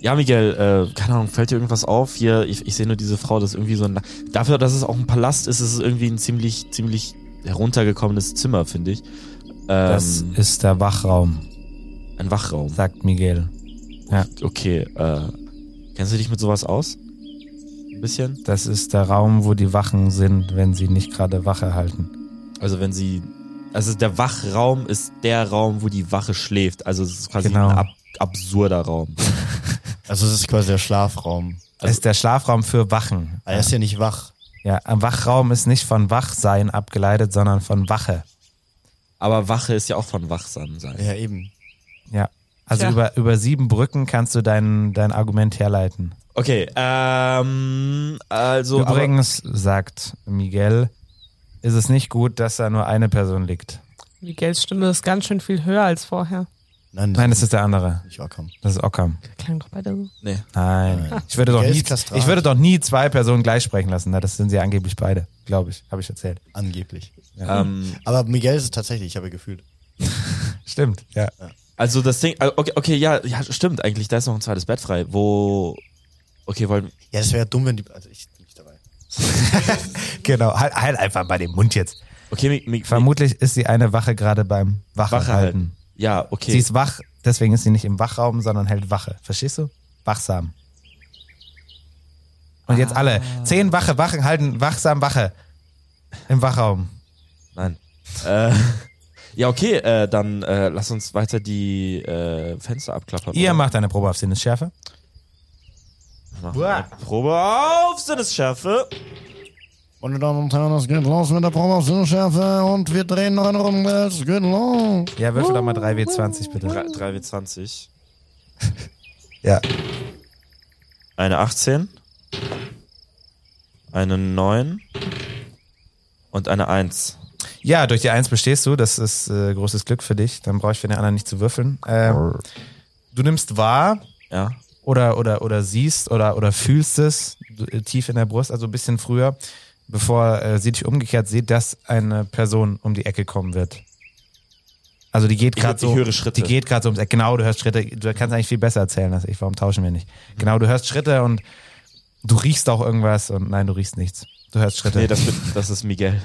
Speaker 2: Ja, Miguel, äh, keine Ahnung, fällt dir irgendwas auf? Hier, ich, ich sehe nur diese Frau, das ist irgendwie so ein. Dafür, dass es auch ein Palast ist, ist es irgendwie ein ziemlich, ziemlich heruntergekommenes Zimmer, finde ich. Ähm,
Speaker 8: Das ist der Wachraum,
Speaker 2: ein Wachraum.
Speaker 8: sagt Miguel.
Speaker 2: Okay, äh, kennst du dich mit sowas aus? Ein bisschen?
Speaker 8: Das ist der Raum, wo die Wachen sind, wenn sie nicht gerade Wache halten.
Speaker 2: Also wenn sie, also der Wachraum ist der Raum, wo die Wache schläft. Also es ist quasi
Speaker 8: Genau.
Speaker 2: ein ab, absurder Raum.
Speaker 4: Also, es ist quasi der Schlafraum. Ah,
Speaker 8: Das ist der Schlafraum für Wachen.
Speaker 4: Er ist ja nicht wach.
Speaker 8: Ja, ein Wachraum ist nicht von Wachsein abgeleitet, sondern von Wache.
Speaker 2: Aber Wache ist ja auch von Wachsam sein.
Speaker 4: Ja, eben.
Speaker 8: Ja. Also
Speaker 5: Tja.
Speaker 8: über, über sieben Brücken kannst du dein, dein Argument herleiten.
Speaker 2: Okay, ähm, also
Speaker 8: Übrigens, sagt Miguel, ist es nicht gut, dass da nur eine Person liegt.
Speaker 5: Miguels Stimme ist ganz schön viel höher als vorher.
Speaker 4: Nein,
Speaker 8: Nein, das ist der andere.
Speaker 4: nicht Ockham.
Speaker 8: Das ist Occam.
Speaker 5: Klang doch beide so.
Speaker 8: Nein. Ich würde, doch
Speaker 4: Miguel
Speaker 8: nie,
Speaker 4: ist Kastrat.
Speaker 8: ich würde doch nie zwei Personen gleich sprechen lassen. Na, das sind sie angeblich beide, glaube ich. Habe ich erzählt.
Speaker 4: Angeblich.
Speaker 2: Aber, ähm,
Speaker 4: Aber Miguel ist es tatsächlich, ich habe gefühlt.
Speaker 8: Stimmt, ja.
Speaker 2: also das Ding, also okay, okay, ja, ja, stimmt eigentlich. Da ist noch ein zweites Bett frei. Wo? Okay, wollen
Speaker 4: Ja, das wäre dumm, wenn die. Also, ich bin nicht dabei.
Speaker 8: Genau. Halt, halt einfach bei dem Mund jetzt.
Speaker 2: okay, Mi- Mi- Mi-
Speaker 8: Vermutlich ist sie eine Wache gerade beim
Speaker 2: Wache
Speaker 8: Wacherhalten.
Speaker 2: halten. Ja, okay.
Speaker 8: Sie ist wach, deswegen ist sie nicht im Wachraum, sondern hält Wache. Verstehst du? Wachsam. Und jetzt alle. Zehn Wache, Wachen halten, wachsam, Wache. Im Wachraum.
Speaker 2: Nein. äh, ja, okay, äh, dann äh, lass uns weiter die äh, Fenster abklappern.
Speaker 8: Ihr
Speaker 2: oder?
Speaker 8: macht eine Probe auf Sinnesschärfe.
Speaker 2: Machen wir eine Probe auf Sinnesschärfe.
Speaker 10: Meine Damen und Herren, es geht los mit der Probe auf Sinnesschärfe und wir drehen noch eine Runde. Es geht los.
Speaker 8: Ja, würfel doch mal 3W20 bitte.
Speaker 2: 3W20.
Speaker 8: Ja.
Speaker 2: Eine 18. Eine 9. Und eine 1.
Speaker 8: Ja, durch die Eins bestehst du. Das ist äh, großes Glück für dich. Dann brauche ich für den anderen nicht zu würfeln. Ähm, du nimmst wahr
Speaker 2: Ja.
Speaker 8: oder, oder, oder siehst oder, oder fühlst es du- äh, tief in der Brust, also ein bisschen früher, bevor äh, sie dich umgekehrt sieht, dass eine Person um die Ecke kommen wird. Also die geht
Speaker 2: Ich,
Speaker 8: gerade
Speaker 2: ich
Speaker 8: so.
Speaker 2: höre Schritte.
Speaker 8: Die geht gerade so ums Eck. Genau, du hörst Schritte. Du kannst eigentlich viel besser erzählen als ich. Warum tauschen wir nicht?
Speaker 2: Mhm.
Speaker 8: Genau, du hörst Schritte und du riechst auch irgendwas und nein, du riechst nichts. Du hörst Schritte.
Speaker 2: nee, das, bin, das ist Miguel.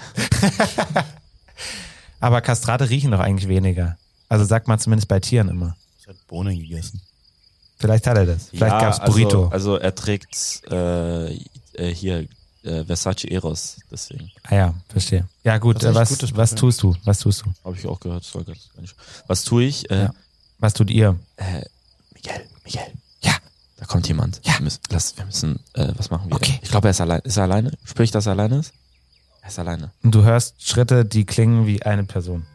Speaker 8: Aber Kastrate riechen doch eigentlich weniger. Also sagt man zumindest bei Tieren immer.
Speaker 4: Ich habe Bohnen gegessen.
Speaker 8: Oh, Vielleicht hat er das. Vielleicht
Speaker 2: ja,
Speaker 8: gab's Burrito.
Speaker 2: Also, also er trägt äh, äh, hier äh, Versace Eros. Deswegen
Speaker 8: ah ja, verstehe. Ja gut,
Speaker 4: Das ist
Speaker 8: äh,
Speaker 4: ein
Speaker 8: was,
Speaker 4: gutes
Speaker 8: was
Speaker 4: Beispiel.
Speaker 8: tust du? Was tust du?
Speaker 2: habe ich auch gehört. Soll gar nicht- Was tue ich? Äh,
Speaker 8: Ja. Was tut ihr?
Speaker 2: Miguel, Miguel.
Speaker 8: Ja.
Speaker 2: Da kommt jemand.
Speaker 8: Ja.
Speaker 2: Wir müssen, lass, wir müssen äh, was machen wir?
Speaker 8: Okay.
Speaker 2: Ich glaube, er ist allein. Ist er alleine? Spür ich, dass er alleine ist? Er ist alleine.
Speaker 8: Und du hörst Schritte, die klingen wie eine Person.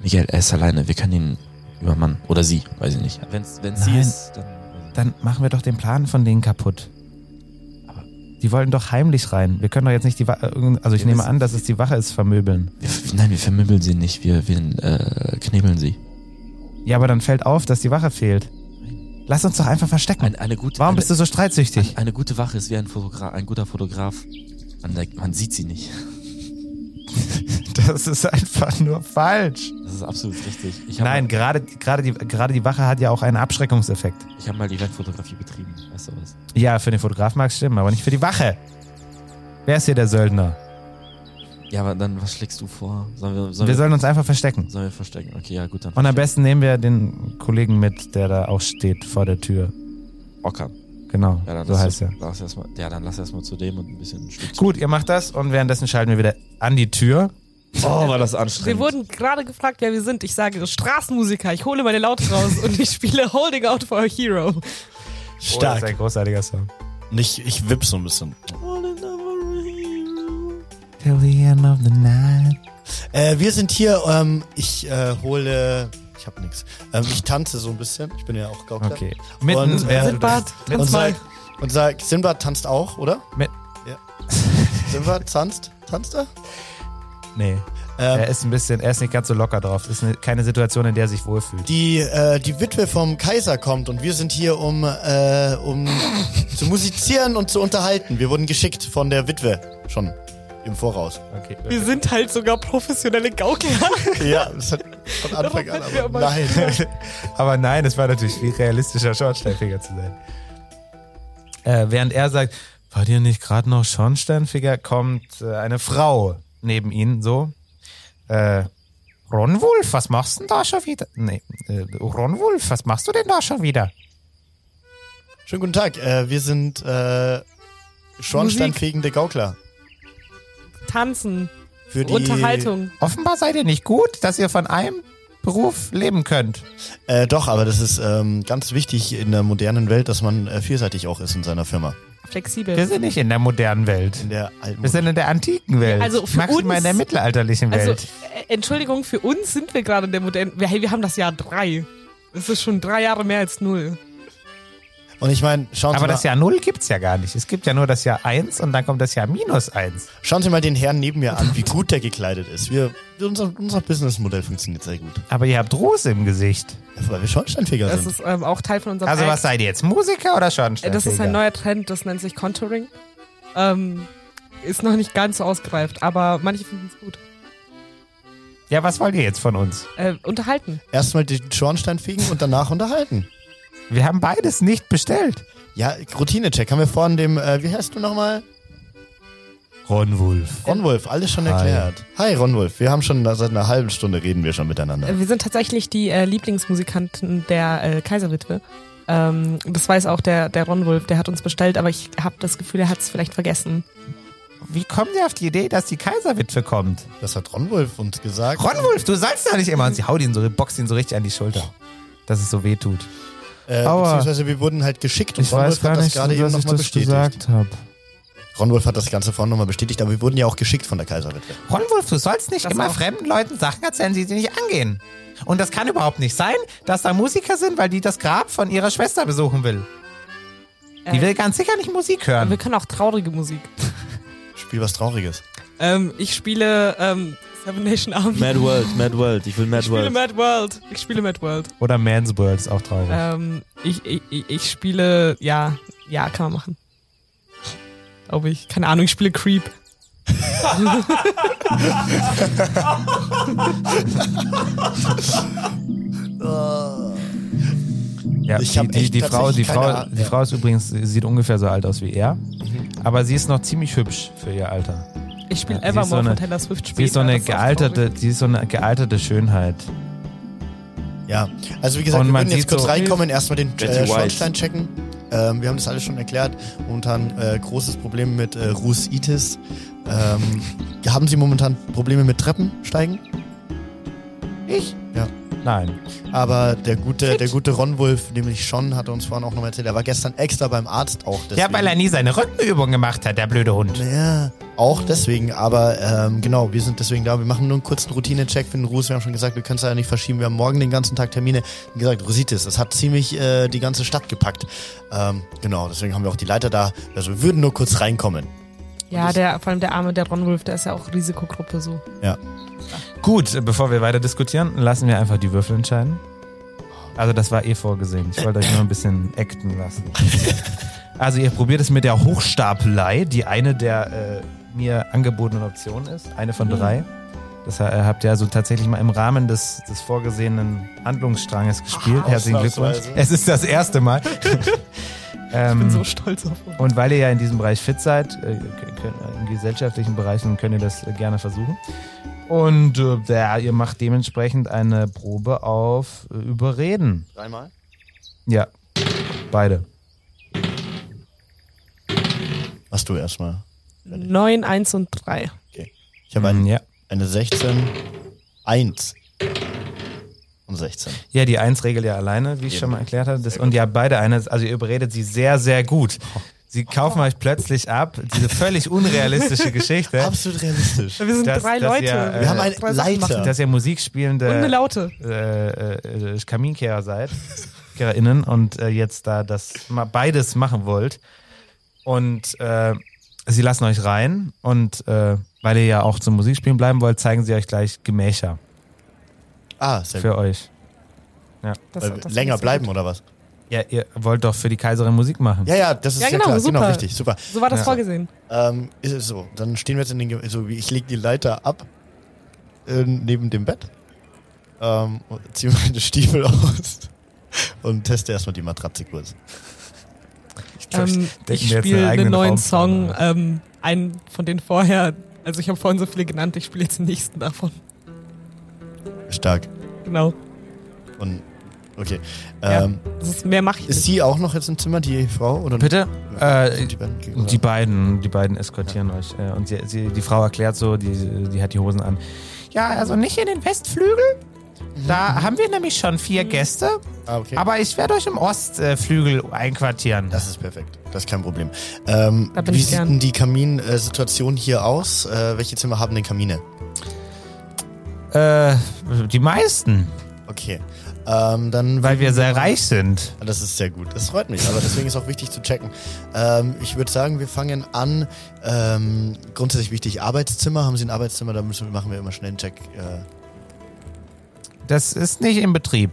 Speaker 2: Miguel, er ist alleine. Wir können ihn übermannen. Oder sie, weiß ich nicht. Wenn sie
Speaker 8: Nein.
Speaker 2: ist, dann.
Speaker 8: Dann machen wir doch den Plan von denen kaputt. Die wollten doch heimlich rein. Wir können doch jetzt nicht die Wache, also ich
Speaker 2: Wir
Speaker 8: nehme
Speaker 2: wissen-
Speaker 8: an, dass es die Wache ist, vermöbeln.
Speaker 2: Wir, nein, wir vermöbeln sie nicht. Wir, wir äh, knebeln sie.
Speaker 8: Ja, aber dann fällt auf, dass die Wache fehlt. Lass uns doch einfach verstecken.
Speaker 2: Ein, eine gute,
Speaker 8: Warum
Speaker 2: eine,
Speaker 8: bist du so streitsüchtig?
Speaker 2: Eine, eine gute Wache ist wie ein, Fotogra ein guter Fotograf. Man, denkt- man sieht sie nicht.
Speaker 8: Das ist einfach nur falsch.
Speaker 2: Das ist absolut richtig. Ich habe
Speaker 8: Nein,
Speaker 2: mal,
Speaker 8: gerade, gerade, die, gerade die Wache hat ja auch einen Abschreckungseffekt.
Speaker 2: ich hab mal Eventfotografie betrieben. Weißt du was?
Speaker 8: Ja, für den Fotograf mag es stimmen, aber nicht für die Wache. Wer ist hier der Söldner?
Speaker 2: Ja, aber dann, was schlägst du vor? Sollen wir, sollen
Speaker 8: Wir sollen uns einfach verstecken.
Speaker 2: sollen wir verstecken? Okay, ja, gut, dann.
Speaker 8: Und am
Speaker 2: verstecken.
Speaker 8: besten nehmen wir den Kollegen mit, der da auch steht vor der Tür.
Speaker 2: Ocker.
Speaker 8: Genau,
Speaker 2: Ja, dann
Speaker 8: so
Speaker 2: lass
Speaker 8: heißt er.
Speaker 2: erst- Lass erst mal, ja, dann lass erstmal zu dem und ein bisschen ein Stück.
Speaker 8: Gut, ihr macht das und währenddessen schalten wir wieder an die Tür.
Speaker 2: Oh, war das
Speaker 5: Wir
Speaker 2: anstrengend.
Speaker 5: wurden gerade gefragt, wer wir sind. Ich sage Straßenmusiker. Ich hole meine Laute raus und ich spiele Holding Out for a Hero.
Speaker 8: Oh, das ist
Speaker 4: Stark.
Speaker 8: ein großartiger Song.
Speaker 4: Und ich, ich wipp so ein bisschen.
Speaker 8: till the end of the night.
Speaker 4: Äh, wir sind hier, ähm, ich äh, hole. Ich hab nix. Ähm, ich tanze so ein bisschen. Ich bin ja auch Gaukler.
Speaker 8: Okay.
Speaker 4: Und,
Speaker 8: Mitten,
Speaker 4: äh,
Speaker 8: während du das-
Speaker 5: Bad,
Speaker 4: Und sag, und sag, Sinbad tanzt auch, oder?
Speaker 8: Mit-
Speaker 4: Ja. Sinbad tanzt? Tanzt er?
Speaker 8: Nee,
Speaker 4: Ähm,
Speaker 8: er ist ein bisschen, er ist nicht ganz so locker drauf. Das ist eine, keine Situation, in der er sich wohlfühlt.
Speaker 4: die, äh, die Witwe vom Kaiser kommt und wir sind hier, um, äh, um zu musizieren und zu unterhalten. Wir wurden geschickt von der Witwe schon im Voraus.
Speaker 8: Okay.
Speaker 5: wir sind halt sogar professionelle Gaukler.
Speaker 4: Ja, das hat von Anfang an,
Speaker 5: Darauf hätten wir
Speaker 4: aber
Speaker 5: aber-
Speaker 4: nein.
Speaker 8: Aber nein, es war natürlich viel realistischer, Schornsteinfeger zu sein. Äh, während er sagt, war dir nicht gerade noch Schornsteinfeger, kommt äh, eine Frau neben ihn so. Äh, Ron Wolf, was machst du denn da schon wieder? Nee, äh, Ron Wolf, was machst du denn da schon wieder?
Speaker 4: Schönen guten Tag, äh, wir sind äh, schornsteinfegende Gaukler.
Speaker 5: Tanzen,
Speaker 4: Für die,
Speaker 5: Unterhaltung.
Speaker 8: Offenbar seid ihr nicht gut, dass ihr von einem Beruf leben könnt.
Speaker 4: Äh, doch, aber das ist ähm, ganz wichtig in der modernen Welt, dass man äh, vielseitig auch ist in seiner Firma.
Speaker 8: Wir
Speaker 5: Flexibel.
Speaker 8: sind nicht in der modernen Welt.
Speaker 4: In der alten
Speaker 8: Wir sind in der antiken Welt.
Speaker 5: Also für uns-
Speaker 8: Maximal in der mittelalterlichen
Speaker 5: Also,
Speaker 8: Welt.
Speaker 5: äh, Entschuldigung, für uns sind wir gerade in der modernen. wir- Hey, wir haben das Jahr drei. Es ist schon drei Jahre mehr als null.
Speaker 4: Und ich meine, schauen, Sie
Speaker 8: Aber
Speaker 4: mal-
Speaker 8: das Jahr Null gibt's ja gar nicht. Es gibt ja nur das Jahr eins und dann kommt das Jahr minus eins.
Speaker 4: schauen Sie mal den Herrn neben mir an, wie gut der gekleidet ist. Wir, unser unser Businessmodell funktioniert sehr gut.
Speaker 8: Aber ihr habt Rose im Gesicht.
Speaker 4: Ja, Weil wir Schornsteinfeger
Speaker 5: Das
Speaker 4: sind.
Speaker 5: ist ähm, auch Teil von unserem
Speaker 8: Also
Speaker 5: Act.
Speaker 8: was seid ihr jetzt? Musiker oder
Speaker 5: Äh,
Speaker 8: Schornsteinfeger?
Speaker 5: Das ist ein neuer Trend, das nennt sich Contouring. Ähm, ist noch nicht ganz so ausgereift, aber manche finden es gut.
Speaker 8: Ja, was wollt ihr jetzt von uns?
Speaker 5: Äh, unterhalten.
Speaker 4: Erstmal den Schornstein fegen und danach unterhalten.
Speaker 8: Wir haben beides nicht bestellt.
Speaker 4: Ja, Routinecheck haben wir vorhin dem, äh, wie heißt du nochmal?
Speaker 8: Ron Wolf.
Speaker 4: Ronwolf, alles schon erklärt. Hi Ronwolf, wir haben schon seit einer halben Stunde reden wir schon miteinander.
Speaker 5: Äh, wir sind tatsächlich die äh, Lieblingsmusikanten der äh, Kaiserwitwe. Ähm, das weiß auch der, der Ron Wolf, der hat uns bestellt, aber ich habe das Gefühl, er hat es vielleicht vergessen.
Speaker 8: Wie kommt ihr auf die Idee, dass die Kaiserwitwe kommt?
Speaker 4: Das hat Ronwolf uns gesagt.
Speaker 8: Ron Wolf, du sollst doch nicht immer. Und sie haut ihn so, boxt ihn so richtig an die Schulter. Dass es so weh tut.
Speaker 4: Äh,
Speaker 8: Aua.
Speaker 4: beziehungsweise wir wurden halt geschickt und Ronwolf hat das gerade eben nochmal bestätigt.
Speaker 8: habe.
Speaker 4: Ronwolf hat das Ganze vorhin nochmal bestätigt, aber wir wurden ja auch geschickt von der Kaiserwitwe.
Speaker 8: Ron Wolf, du sollst nicht
Speaker 5: Das
Speaker 8: immer
Speaker 5: auch.
Speaker 8: fremden Leuten Sachen erzählen, die sie nicht angehen. Und das kann überhaupt nicht sein, dass da Musiker sind, weil die das Grab von ihrer Schwester besuchen will. Die
Speaker 5: Äh,
Speaker 8: will ganz sicher nicht Musik
Speaker 5: Wir
Speaker 8: hören.
Speaker 5: können auch traurige Musik.
Speaker 4: Spiel was Trauriges.
Speaker 5: Ähm, ich spiele ähm, Seven Nation Army.
Speaker 6: Mad World, Mad World. Ich will Mad
Speaker 5: ich spiele
Speaker 6: World.
Speaker 5: Mad World. Ich spiele Mad World.
Speaker 8: Oder Man's World ist auch traurig.
Speaker 5: Ähm, ich, ich, ich- ich spiele, ja, ja, kann man machen. Glaube ich. Keine Ahnung, ich spiele Creep. Äh.
Speaker 8: ja,
Speaker 4: ich
Speaker 8: die,
Speaker 4: hab
Speaker 8: die,
Speaker 4: echt
Speaker 8: die, Frau, die,
Speaker 4: tatsächlich keine
Speaker 8: Frau,
Speaker 4: Ahnung,
Speaker 8: die
Speaker 4: ja.
Speaker 8: Frau ist übrigens, sie sieht ungefähr so alt aus wie er. Aber sie ist noch ziemlich hübsch für ihr Alter.
Speaker 5: Ich spiele
Speaker 8: Ja, sie ist
Speaker 5: Evermore
Speaker 8: so eine-
Speaker 5: von Taylor Swift später.
Speaker 8: Sie ist so eine
Speaker 5: das auch
Speaker 8: gealterte,
Speaker 5: traurig.
Speaker 8: sie ist so eine gealterte Schönheit.
Speaker 4: Ja, also wie gesagt,
Speaker 8: Und
Speaker 4: wir
Speaker 8: man
Speaker 4: würden jetzt
Speaker 8: sieht
Speaker 4: kurz
Speaker 8: so-
Speaker 4: reinkommen, erstmal den
Speaker 6: Betty
Speaker 4: äh,
Speaker 6: White.
Speaker 4: Schornstein checken. Ähm, wir haben das alles schon erklärt. Momentan äh, großes Problem mit äh, Rusitis. Ähm, haben Sie momentan Probleme mit Treppensteigen?
Speaker 8: Ich?
Speaker 4: Ja.
Speaker 8: Nein.
Speaker 4: Aber der gute, der gute Ronwulf, nämlich schon, hat er uns vorhin auch nochmal erzählt, er war gestern extra beim Arzt auch. Deswegen.
Speaker 8: Ja, weil er nie seine Rückenübung gemacht hat, der blöde Hund.
Speaker 4: Ja, auch deswegen, aber ähm, genau, wir sind deswegen da. Wir machen nur einen kurzen Routinecheck für den Ruß. Wir haben schon gesagt, wir können es leider nicht verschieben. Wir haben morgen den ganzen Tag Termine. Wie gesagt, Rositis, das hat ziemlich äh, die ganze Stadt gepackt. Ähm, genau, deswegen haben wir auch die Leiter da. Also wir würden nur kurz reinkommen.
Speaker 5: Ja, der, vor allem der arme, der Ron Wolf, der ist ja auch Risikogruppe so.
Speaker 8: Gut, äh, bevor wir weiter diskutieren, lassen wir einfach die Würfel entscheiden. Also das war eh vorgesehen. Ich wollte euch nur ein bisschen acten lassen. Also ihr probiert es mit der Hochstapelei, die eine der äh, mir angebotenen Optionen ist. Eine von drei. Das äh, habt ihr also tatsächlich mal im Rahmen des, des vorgesehenen Handlungsstranges gespielt. Herzlichen Glückwunsch.
Speaker 4: ausnahmsweise.
Speaker 8: Es ist das erste Mal. ähm,
Speaker 5: Ich bin so stolz auf uns.
Speaker 8: und weil ihr ja in diesem Bereich fit seid, äh, kö- kö- in gesellschaftlichen Bereichen könnt ihr das äh, gerne versuchen. Und äh, ja, ihr macht dementsprechend eine Probe auf äh, Überreden.
Speaker 4: Dreimal?
Speaker 8: Ja, beide.
Speaker 4: Machst du erstmal.
Speaker 5: 9, 1 und 3.
Speaker 4: Ich habe ein,
Speaker 8: ja.
Speaker 4: eine 16, 1 und 16.
Speaker 8: ja, die Eins regelt ihr alleine, wie ich schon mal erklärt hatte. Das, und ihr habt beide eine, also ihr überredet sie sehr, sehr gut. Sie kaufen euch plötzlich ab, diese völlig unrealistische Geschichte,
Speaker 4: Absolut realistisch.
Speaker 5: Wir sind
Speaker 8: Das-
Speaker 5: drei
Speaker 8: das
Speaker 5: Leute.
Speaker 8: ja, äh,
Speaker 4: Wir haben einen
Speaker 5: Drei Sachen machen.
Speaker 4: Leiter.
Speaker 8: dass ihr
Speaker 5: und eine
Speaker 8: musikspielende
Speaker 5: Laute.
Speaker 8: äh, äh, äh, Kaminkehrer seid, KehrerInnen, und äh, jetzt da das mal beides machen wollt. Und äh, sie lassen euch rein und äh, weil ihr ja auch zum Musikspielen bleiben wollt, zeigen sie euch gleich Gemächer
Speaker 4: Ah, sehr gut.
Speaker 8: für euch.
Speaker 5: Das,
Speaker 4: Weil wir
Speaker 5: das
Speaker 4: länger
Speaker 5: ist-
Speaker 4: bleiben oder was?
Speaker 8: Ja, ihr wollt doch für die Kaiserin Musik machen.
Speaker 4: Ja, ja, das ist
Speaker 5: Ja,
Speaker 4: ja,
Speaker 5: genau,
Speaker 4: klar.
Speaker 5: super.
Speaker 4: Genau, richtig, super.
Speaker 5: So war das
Speaker 8: Ja.
Speaker 5: vorgesehen.
Speaker 4: Ähm, ist es so, dann stehen wir jetzt in den, Ge- so wie ich lege die Leiter ab äh, neben dem Bett, ähm, und ziehe meine Stiefel aus und teste erstmal die Matratze kurz.
Speaker 5: Ähm,
Speaker 8: decken
Speaker 5: ich
Speaker 8: wir jetzt
Speaker 5: spiele
Speaker 8: einen
Speaker 5: einen,
Speaker 8: eigenen
Speaker 5: neuen
Speaker 8: Raum
Speaker 5: Song,
Speaker 8: vor, ne?
Speaker 5: ähm, einen von den vorher. Also ich habe vorhin so viele genannt, ich spiele jetzt den nächsten davon.
Speaker 4: Stark.
Speaker 5: Genau.
Speaker 4: Und okay.
Speaker 5: Ja.
Speaker 4: Ähm,
Speaker 5: Das ist, mehr mache ich
Speaker 4: Ist
Speaker 5: nicht.
Speaker 4: sie auch noch jetzt im Zimmer, die Frau? Oder
Speaker 8: Bitte? Äh,
Speaker 4: Die beiden-
Speaker 8: Die beiden, die beiden eskortieren euch. äh, Und sie, sie, die Frau erklärt so, die, die hat die Hosen an. Ja, also nicht in den Westflügel. Da haben wir nämlich schon vier Gäste.
Speaker 4: Ah, okay.
Speaker 8: Aber ich werde euch im Ostflügel einquartieren.
Speaker 4: das ist perfekt. Das ist kein Problem. Ähm,
Speaker 5: Da bin
Speaker 4: wie
Speaker 5: ich
Speaker 4: sieht
Speaker 5: gern.
Speaker 4: denn die Kaminsituation hier aus? Äh, welche Zimmer haben denn Kamine?
Speaker 8: Äh, die meisten,
Speaker 4: Okay. Ähm, dann
Speaker 8: weil wir sehr reich sind.
Speaker 4: Ah, Das ist sehr gut. Das freut mich. Aber deswegen ist auch wichtig zu checken. Ähm, ich würde sagen, wir fangen an. Ähm, grundsätzlich wichtig: Arbeitszimmer. Haben Sie ein Arbeitszimmer? Da müssen, machen wir immer schnell einen Check. Äh,
Speaker 8: Das ist nicht im Betrieb.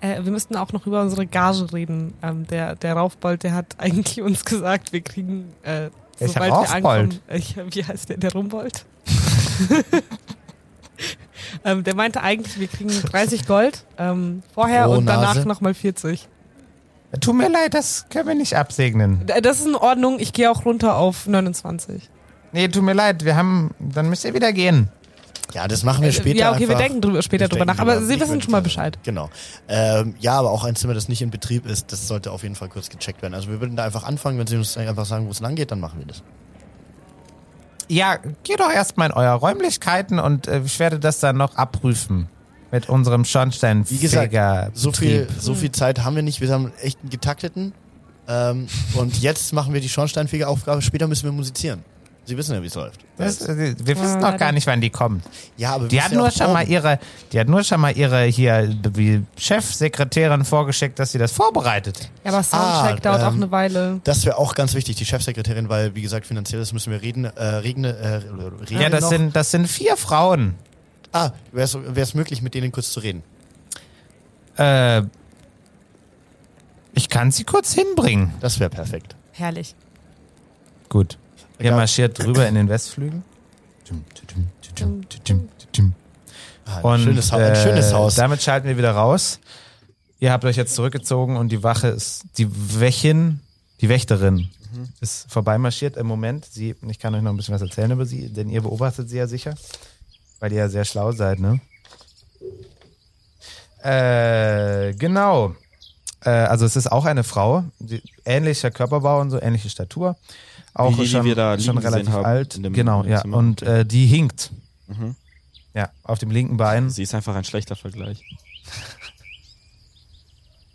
Speaker 5: Äh, wir müssten auch noch über unsere Gage reden. Ähm, der, der Raufbold, der hat eigentlich uns gesagt, wir kriegen, äh, sobald
Speaker 8: Welcher
Speaker 5: wir
Speaker 8: Raufbold?
Speaker 5: ankommen, äh, ich- wie heißt der, der Rumbold? ähm, der meinte eigentlich, wir kriegen 30 Gold ähm, vorher
Speaker 4: Pro
Speaker 5: und danach
Speaker 4: Nase.
Speaker 5: nochmal 40.
Speaker 8: Tut mir leid, das können wir nicht absegnen.
Speaker 5: D- Äh, Das ist in Ordnung, ich gehe auch runter auf 29.
Speaker 8: Nee, tut mir leid, wir haben. Dann müsst ihr wieder gehen.
Speaker 4: ja, das machen wir später.
Speaker 5: Äh, ja, okay, wir
Speaker 4: einfach.
Speaker 5: denken drüber, später
Speaker 4: Wir
Speaker 5: drüber
Speaker 4: denken
Speaker 5: nach, aber
Speaker 4: drüber.
Speaker 5: Sie
Speaker 4: Ich
Speaker 5: wissen
Speaker 4: würd
Speaker 5: schon mal
Speaker 4: sagen,
Speaker 5: Bescheid.
Speaker 4: Genau. Ähm, ja, aber auch ein Zimmer, das nicht in Betrieb ist, das sollte auf jeden Fall kurz gecheckt werden. Also wir würden da einfach anfangen, wenn Sie uns einfach sagen, wo es lang geht, dann machen wir das.
Speaker 8: Ja, geht doch erstmal in euer Räumlichkeiten und äh, ich werde das dann noch abprüfen. Mit unserem
Speaker 4: Wie
Speaker 8: Schornsteinfeger.
Speaker 4: gesagt, So viel,
Speaker 5: Hm.
Speaker 4: so viel Zeit haben wir nicht. Wir haben echt einen getakteten. Ähm, und jetzt machen wir die Schornsteinfegeraufgabe. Später müssen wir musizieren. Sie wissen ja, wie es läuft.
Speaker 8: Das, äh, wir wissen
Speaker 5: Ja,
Speaker 8: noch gar nicht, wann die kommt.
Speaker 4: ja, aber wir
Speaker 8: Die
Speaker 4: müssen
Speaker 8: hat
Speaker 4: ja
Speaker 8: nur
Speaker 4: auch
Speaker 8: schon mal
Speaker 4: proben.
Speaker 8: ihre, die hat nur schon mal ihre hier wie Chefsekretärin vorgeschickt, dass sie das vorbereitet.
Speaker 5: Ja, aber Soundcheck
Speaker 4: Ah,
Speaker 5: dauert auch
Speaker 4: ähm,
Speaker 5: eine Weile.
Speaker 4: Das wäre auch ganz wichtig, die Chefsekretärin, weil, wie gesagt, finanziell, das müssen wir reden. Äh, regne, äh, reden
Speaker 8: Ja, das
Speaker 4: noch.
Speaker 8: sind, das sind vier Frauen.
Speaker 4: Ah, wäre es möglich, mit denen kurz zu reden?
Speaker 8: Äh, ich kann sie kurz hinbringen.
Speaker 4: Das wäre perfekt.
Speaker 5: Herrlich.
Speaker 8: Gut. Ihr
Speaker 4: Egal.
Speaker 8: marschiert drüber in den Westflügel.
Speaker 4: Ah, ein,
Speaker 8: Und,
Speaker 4: schönes Haus, ein
Speaker 8: äh,
Speaker 4: schönes Haus.
Speaker 8: Damit schalten wir wieder raus. Ihr habt euch jetzt zurückgezogen und die Wache ist, die Wächin, die Wächterin
Speaker 4: Mhm.
Speaker 8: ist vorbeimarschiert im Moment. Sie, ich kann euch noch ein bisschen was erzählen über sie, denn ihr beobachtet sie ja sicher, weil ihr ja sehr schlau seid, ne? Äh, genau. Äh, also es ist auch eine Frau, die, ähnlicher Körperbau und so, ähnliche Statur. Auch
Speaker 6: Wie die, die
Speaker 8: schon,
Speaker 6: wir da liegen
Speaker 8: schon
Speaker 6: gesehen
Speaker 8: relativ
Speaker 6: haben
Speaker 8: alt.
Speaker 6: in dem
Speaker 8: Genau, ja.
Speaker 6: Zimmer.
Speaker 8: Und äh, die hinkt.
Speaker 6: Mhm.
Speaker 8: Ja, auf dem linken Bein.
Speaker 6: Sie ist einfach ein schlechter Vergleich.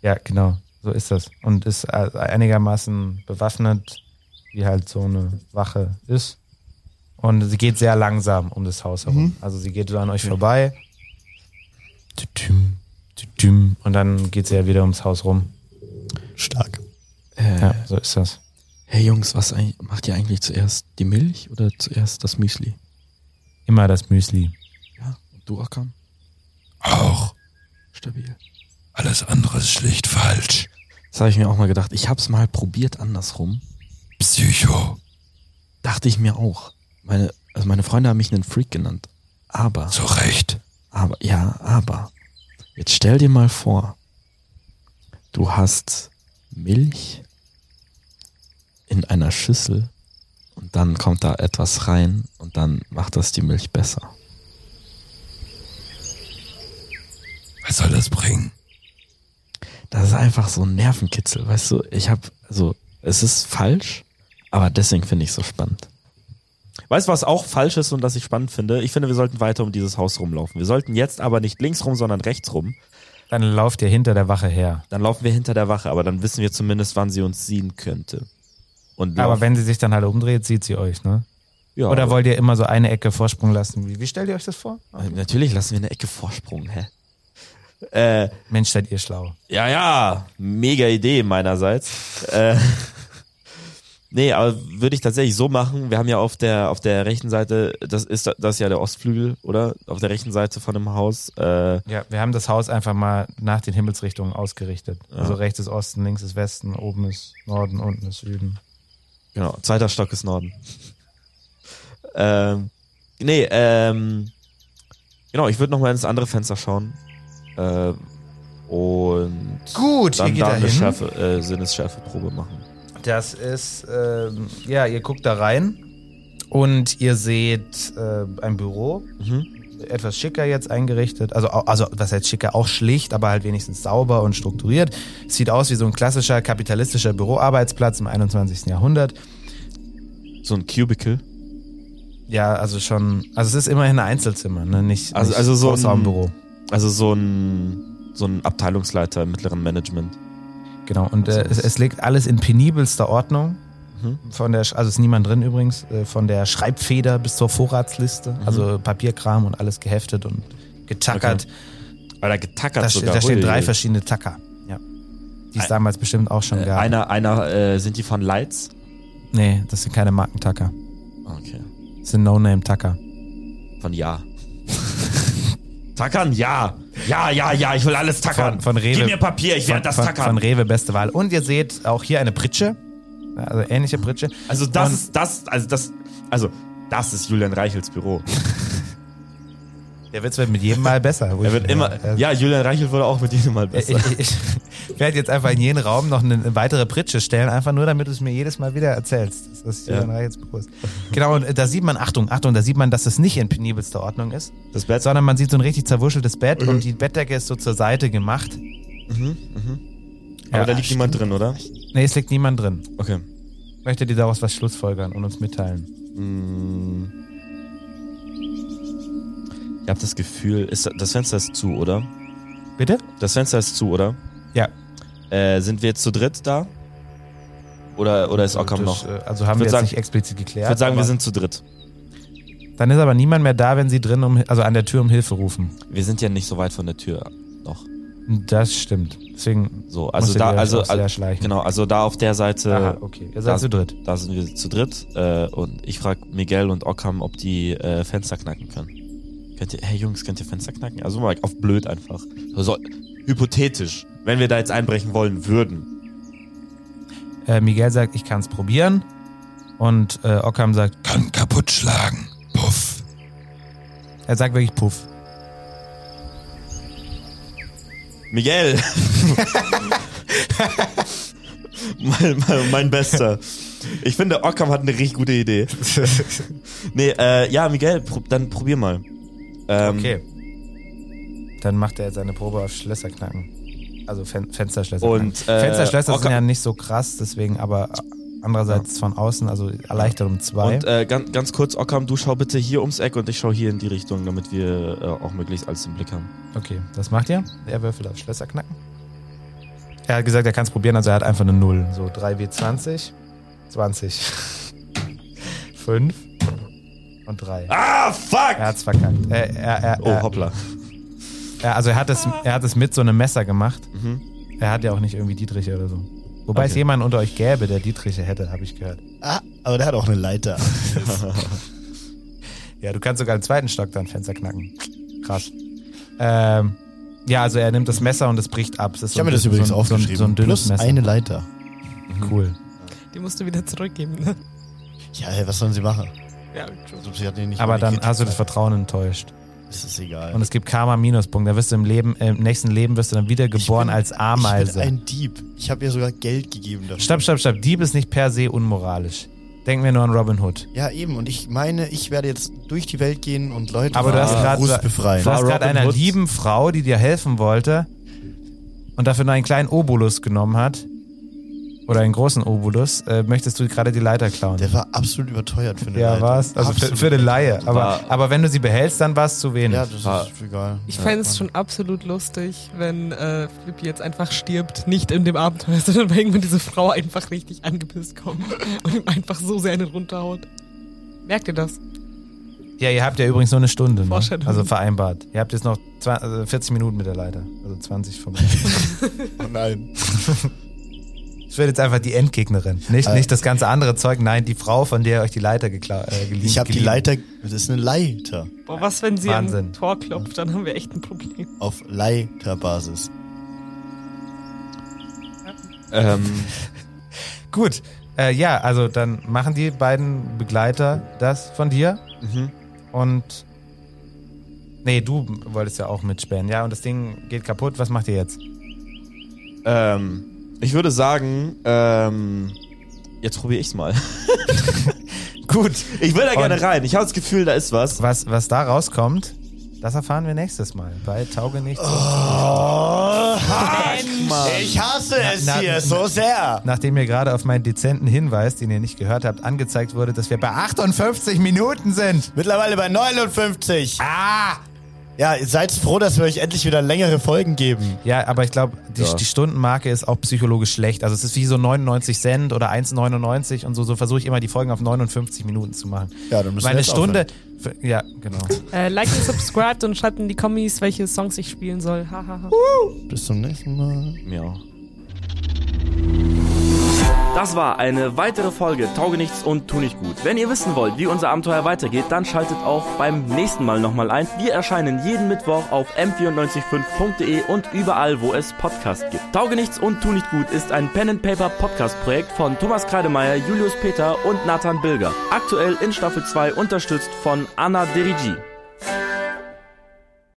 Speaker 8: Ja, genau. So ist das. Und ist äh, einigermaßen bewaffnet, wie halt so eine Wache ist. Und sie geht sehr langsam um das Haus herum. Also sie geht so an euch vorbei. Tütüm, tütüm. Und dann geht sie ja wieder ums Haus rum.
Speaker 4: Stark.
Speaker 2: Äh,
Speaker 8: Ja, so ist das.
Speaker 6: Hey Jungs, was eigentlich- macht ihr eigentlich zuerst? Die Milch oder zuerst das Müsli?
Speaker 8: Immer das Müsli.
Speaker 6: Ja, und du Akam?
Speaker 9: Auch.
Speaker 6: Stabil.
Speaker 9: Alles andere ist schlicht falsch.
Speaker 6: Das habe ich mir auch mal gedacht. Ich habe es mal probiert andersrum.
Speaker 9: Psycho.
Speaker 6: Dachte ich mir auch. Meine, also meine Freunde haben mich einen Freak genannt. Aber,
Speaker 9: Zu Recht.
Speaker 6: aber, ja, aber. Jetzt stell dir mal vor, du hast Milch in einer Schüssel und dann kommt da etwas rein und dann macht das die Milch besser.
Speaker 9: Was soll das bringen?
Speaker 6: Das ist einfach so ein Nervenkitzel, weißt du? Ich habe also es ist falsch, aber deswegen finde ich es so spannend. Weißt du, was auch falsch ist und das ich spannend finde? Ich finde, wir sollten weiter um dieses Haus rumlaufen. Wir sollten jetzt aber nicht links rum, sondern rechts rum.
Speaker 8: Dann lauft ihr hinter der Wache her.
Speaker 6: Dann laufen wir hinter der Wache, aber dann wissen wir zumindest, wann sie uns sehen könnte. Und
Speaker 8: Aber
Speaker 6: lauft-
Speaker 8: wenn sie sich dann halt umdreht, sieht sie euch, ne?
Speaker 6: ja,
Speaker 8: Oder
Speaker 6: aber-
Speaker 8: wollt ihr immer so eine Ecke Vorsprung lassen? Wie, wie stellt ihr euch das vor?
Speaker 6: Natürlich lassen wir eine Ecke Vorsprung, hä? Äh,
Speaker 8: Mensch, seid ihr schlau.
Speaker 6: ja, ja, mega Idee meinerseits. äh, nee, aber würde ich tatsächlich so machen. Wir haben ja auf der, auf der rechten Seite, das ist, das ist ja der Ostflügel, oder? Auf der rechten Seite von dem Haus. Äh,
Speaker 8: Ja, wir haben das Haus einfach mal nach den Himmelsrichtungen ausgerichtet. Also rechts ist Osten, links ist Westen, oben ist Norden, unten ist Süden.
Speaker 6: Genau, zweiter Stock ist Norden. ähm, nee, ähm, genau, ich würde nochmal ins andere Fenster schauen. Äh, und
Speaker 8: Gut,
Speaker 6: dann
Speaker 8: ihr geht
Speaker 6: da
Speaker 8: da
Speaker 6: eine
Speaker 8: hin.
Speaker 6: Schärfe, äh, Sinnesschärfeprobe machen.
Speaker 8: Das ist, ähm, ja, ihr guckt da rein und ihr seht äh, ein Büro. Etwas schicker jetzt eingerichtet. Also, au- also, was heißt schicker? Auch schlicht, aber halt wenigstens sauber und strukturiert. Es sieht aus wie so ein klassischer kapitalistischer Büroarbeitsplatz im 21. Jahrhundert.
Speaker 6: So ein Cubicle.
Speaker 8: Ja, also schon, also es ist immerhin ein Einzelzimmer, ne? Nicht,
Speaker 6: Also-
Speaker 8: nicht
Speaker 6: also so ein-
Speaker 8: Großraumbüro.
Speaker 6: Also so ein, so ein Abteilungsleiter im mittleren Management.
Speaker 8: Genau, und äh, es, es liegt alles in penibelster Ordnung.
Speaker 6: Mhm.
Speaker 8: Von der, Sch- also ist niemand drin übrigens, äh, von der Schreibfeder bis zur Vorratsliste,
Speaker 6: Mhm.
Speaker 8: also Papierkram und alles geheftet und getackert.
Speaker 6: Alter, getackert
Speaker 8: Da, ste-
Speaker 6: sogar.
Speaker 8: da stehen drei
Speaker 6: Ui.
Speaker 8: verschiedene Tacker. Ja. Die es
Speaker 6: Ein-
Speaker 8: damals bestimmt auch schon
Speaker 6: Äh,
Speaker 8: gab.
Speaker 6: einer, einer, äh, sind die von Lights?
Speaker 8: Nee, das sind keine Markentacker.
Speaker 6: Okay.
Speaker 8: Das sind No-Name-Tacker.
Speaker 6: Von Ja. tackern? Ja. Ja, ja, ja, ich will alles tackern.
Speaker 8: Von- von Rewe.
Speaker 6: Gib mir Papier, ich werde das
Speaker 8: von,
Speaker 6: tackern.
Speaker 8: von Rewe beste Wahl. Und ihr seht auch hier eine Pritsche. Also ähnliche Pritsche.
Speaker 6: Also das
Speaker 8: Und-
Speaker 6: ist das, also das, also das ist Julian Reichels Büro.
Speaker 8: Der Witz wird mit jedem Mal besser.
Speaker 6: Er wird immer, ja, Julian Reichel wurde auch mit jedem Mal
Speaker 8: Ich,
Speaker 6: besser.
Speaker 8: ich, ich werde jetzt einfach in jeden Raum noch eine, eine weitere Pritsche stellen, einfach nur, damit du es mir jedes Mal wieder erzählst. Das ist
Speaker 6: Ja.
Speaker 8: ja. jetzt bewusst. Genau, und äh, da sieht man, Achtung, Achtung, da sieht man, dass es nicht in penibelster Ordnung ist,
Speaker 6: Das Bett
Speaker 8: sondern man sieht so ein richtig zerwuscheltes Bett
Speaker 6: Mhm.
Speaker 8: und die Bettdecke ist so zur Seite gemacht.
Speaker 6: mhm. aber da liegt niemand drin, oder?
Speaker 8: Nee, es liegt niemand drin.
Speaker 6: Okay.
Speaker 8: Möchtet ihr daraus was schlussfolgern und uns mitteilen?
Speaker 6: Mm. Ich habe das Gefühl, ist, das Fenster ist zu, oder?
Speaker 8: Bitte?
Speaker 6: Das Fenster ist zu, oder?
Speaker 8: Ja.
Speaker 6: Äh, sind wir jetzt zu dritt da? Oder, oder ist Ockham
Speaker 8: das,
Speaker 6: noch?
Speaker 8: äh, Also haben
Speaker 6: Ich würd
Speaker 8: wir jetzt
Speaker 6: sagen-
Speaker 8: nicht explizit geklärt.
Speaker 6: ich würde sagen, wir
Speaker 8: aber-
Speaker 6: sind zu dritt.
Speaker 8: Dann ist aber niemand mehr da, wenn sie drin, um, also an der Tür um Hilfe rufen.
Speaker 6: Wir sind ja nicht so weit von der Tür noch.
Speaker 8: Das stimmt. Deswegen
Speaker 6: So, also
Speaker 8: musstet
Speaker 6: da,
Speaker 8: ihr euch
Speaker 6: also,
Speaker 8: auch sehr
Speaker 6: also
Speaker 8: schleichen.
Speaker 6: genau, also da auf der Seite.
Speaker 8: Aha, okay. Ihr
Speaker 9: Also.
Speaker 6: da-
Speaker 8: seid zu dritt.
Speaker 6: Da sind wir zu dritt äh, und ich frage Miguel und Ockham, ob die äh, Fenster knacken können. Könnt ihr, hey Jungs, könnt ihr Fenster knacken? Also mal auf blöd einfach. So, hypothetisch, wenn wir da jetzt einbrechen wollen würden.
Speaker 8: Äh, Miguel sagt, ich kann es probieren. Und äh, Ockham sagt,
Speaker 9: Kann kaputt schlagen. Puff.
Speaker 8: er sagt wirklich Puff.
Speaker 6: Miguel! mein, mein, mein Bester. Ich finde, Ockham hat eine richtig gute Idee. nee, äh, ja, Miguel, prob- dann probier mal. Ähm,
Speaker 8: Okay.
Speaker 9: Mhm.
Speaker 8: Dann macht er jetzt eine Probe auf Schlösserknacken. Also Fen Fensterschlösser.
Speaker 6: Und, äh,
Speaker 8: Fensterschlösser sind
Speaker 6: Ockham-
Speaker 8: ja nicht so krass, deswegen aber andererseits von außen, also erleichtert um zwei.
Speaker 6: Und äh, ganz, ganz kurz, Ockam, du schau bitte hier ums Eck und ich schau hier in die Richtung, damit wir äh, auch möglichst alles im Blick haben.
Speaker 8: okay, das macht er. Er würfelt auf Schlösserknacken. Er hat gesagt, er kann es probieren, also er hat einfach eine Null. So 3W20, 20, 5 und 3.
Speaker 6: Ah, fuck!
Speaker 8: Er hat's verkackt. Er, er, er,
Speaker 6: Oh,
Speaker 8: er,
Speaker 6: hoppla.
Speaker 8: Ja, also er hat es, er hat es mit so einem Messer gemacht. Er hat ja auch nicht irgendwie Dietriche oder so. Wobei es
Speaker 6: Mhm. Okay.
Speaker 8: jemanden unter euch gäbe, der Dietriche hätte, habe ich gehört.
Speaker 4: Ah, aber der hat auch eine Leiter.
Speaker 8: Ja, du kannst sogar im zweiten Stock dann Fenster knacken. Krass. Ähm, ja, also er nimmt das Messer und es bricht ab. Es ist
Speaker 4: Ich habe mir das übrigens
Speaker 8: so ein,
Speaker 4: aufgeschrieben.
Speaker 8: So ein, so ein dünnes
Speaker 4: Plus
Speaker 8: Messer. Mhm.
Speaker 4: eine Leiter.
Speaker 8: Cool.
Speaker 5: Die musst du wieder zurückgeben. Ne?
Speaker 4: Ja, ey, was sollen sie machen?
Speaker 5: Ja,
Speaker 4: Also, sie hat ihn nicht
Speaker 8: Aber dann
Speaker 4: angekriegt.
Speaker 8: hast du das Vertrauen enttäuscht.
Speaker 4: Das ist egal.
Speaker 8: Und es gibt Karma-Minuspunkte. Da wirst du im Leben, äh, im nächsten Leben wirst du dann wieder geboren
Speaker 4: bin-
Speaker 8: als
Speaker 4: ich
Speaker 8: Ameise.
Speaker 4: bin ein Dieb. Ich habe ihr sogar Geld gegeben dafür.
Speaker 8: Stopp, stopp, stopp. Dieb ist nicht per se unmoralisch. Denken wir nur an Robin Hood.
Speaker 4: Ja, eben. Und ich meine, ich werde jetzt durch die Welt gehen und Leute
Speaker 8: Aber du
Speaker 4: von
Speaker 8: hast
Speaker 4: diesem
Speaker 8: grad
Speaker 4: Frust
Speaker 8: so-
Speaker 4: befreien.
Speaker 8: Du hast
Speaker 6: War
Speaker 8: gerade
Speaker 6: Robin
Speaker 8: einer
Speaker 6: Hood-
Speaker 8: lieben Frau, die dir helfen wollte und dafür nur einen kleinen Obolus genommen hat. oder einen großen Obolus, äh, möchtest du gerade die Leiter klauen.
Speaker 4: Der war absolut überteuert für eine
Speaker 8: Ja,
Speaker 4: Leitung.
Speaker 8: was? Also für,
Speaker 4: Absolut.
Speaker 8: für eine Laie. Aber,
Speaker 6: War-
Speaker 8: aber wenn du sie behältst, dann war es zu wenig.
Speaker 4: Ja, das ist egal.
Speaker 5: Ich fände es schon absolut lustig, wenn äh, Flippi jetzt einfach stirbt. Nicht in dem Abenteuer, sondern wenn irgendwann diese Frau einfach richtig angepisst kommt und ihm einfach so sehr einen runterhaut. Merkt ihr das?
Speaker 8: Ja, ihr habt ja übrigens nur eine Stunde. Ne?
Speaker 5: Vorstellung.
Speaker 8: Also vereinbart. Ihr habt jetzt noch zwei- also 40 Minuten mit der Leiter. Also 20 von mir.
Speaker 4: Oh nein.
Speaker 8: Ich werde jetzt einfach die Endgegnerin. Nicht,
Speaker 4: Äh.
Speaker 8: nicht das ganze andere Zeug. Nein, die Frau, von der ihr euch die Leiter gekla- äh, geliehen
Speaker 4: Ich habe die
Speaker 8: geliehen.
Speaker 4: Leiter. Das ist eine Leiter.
Speaker 5: Boah, was, wenn sie
Speaker 8: Wahnsinn.
Speaker 5: am Tor klopft, dann haben wir echt ein Problem.
Speaker 4: Auf Leiterbasis.
Speaker 6: Ähm,
Speaker 8: Gut. Äh, ja, also dann machen die beiden Begleiter das von dir.
Speaker 6: mhm.
Speaker 8: Und. Nee, du wolltest ja auch mitsperren. Ja, und das Ding geht kaputt. Was macht ihr jetzt?
Speaker 6: ähm, ich würde sagen, ähm, jetzt probiere ich's mal. Gut, ich will da gerne
Speaker 8: Und-
Speaker 6: rein. Ich habe das Gefühl, da ist was.
Speaker 8: Was, was da rauskommt, das erfahren wir nächstes Mal. Bei Tauge nichts.
Speaker 4: Ich hasse es
Speaker 8: na,
Speaker 4: hier
Speaker 8: na.
Speaker 4: so sehr.
Speaker 8: Nachdem mir gerade auf meinen dezenten Hinweis, den ihr nicht gehört habt, angezeigt wurde, dass wir bei 58 Minuten sind.
Speaker 4: Mittlerweile bei 59.
Speaker 8: Ah!
Speaker 4: Ja, seid froh, dass wir euch endlich wieder längere Folgen geben.
Speaker 8: Ja, aber ich glaube, die, die Stundenmarke ist auch psychologisch schlecht. Also es ist wie so 99 Cent oder 1,99 und so, so versuche ich immer die Folgen auf 59 Minuten zu machen.
Speaker 4: Ja, dann müssen wir
Speaker 8: Weil eine
Speaker 4: jetzt
Speaker 8: Stunde. für- Ja, genau.
Speaker 5: Äh, like und subscribe und schreibt in die Kommis, welche Songs ich spielen soll. Hahaha.
Speaker 4: Bis zum nächsten Mal.
Speaker 6: Miau.
Speaker 2: Das war eine weitere Folge Taugenichts und Tu nicht gut. Wenn ihr wissen wollt, wie unser Abenteuer weitergeht, dann schaltet auch beim nächsten Mal nochmal ein. Wir erscheinen jeden Mittwoch auf m945.de und überall, wo es Podcasts gibt. Taugenichts und Tu nicht gut ist ein Pen and Paper Podcast Projekt von Thomas Kreidemeier, Julius Peter und Nathan Bilger. Aktuell in Staffel 2 unterstützt von Anna Derigi.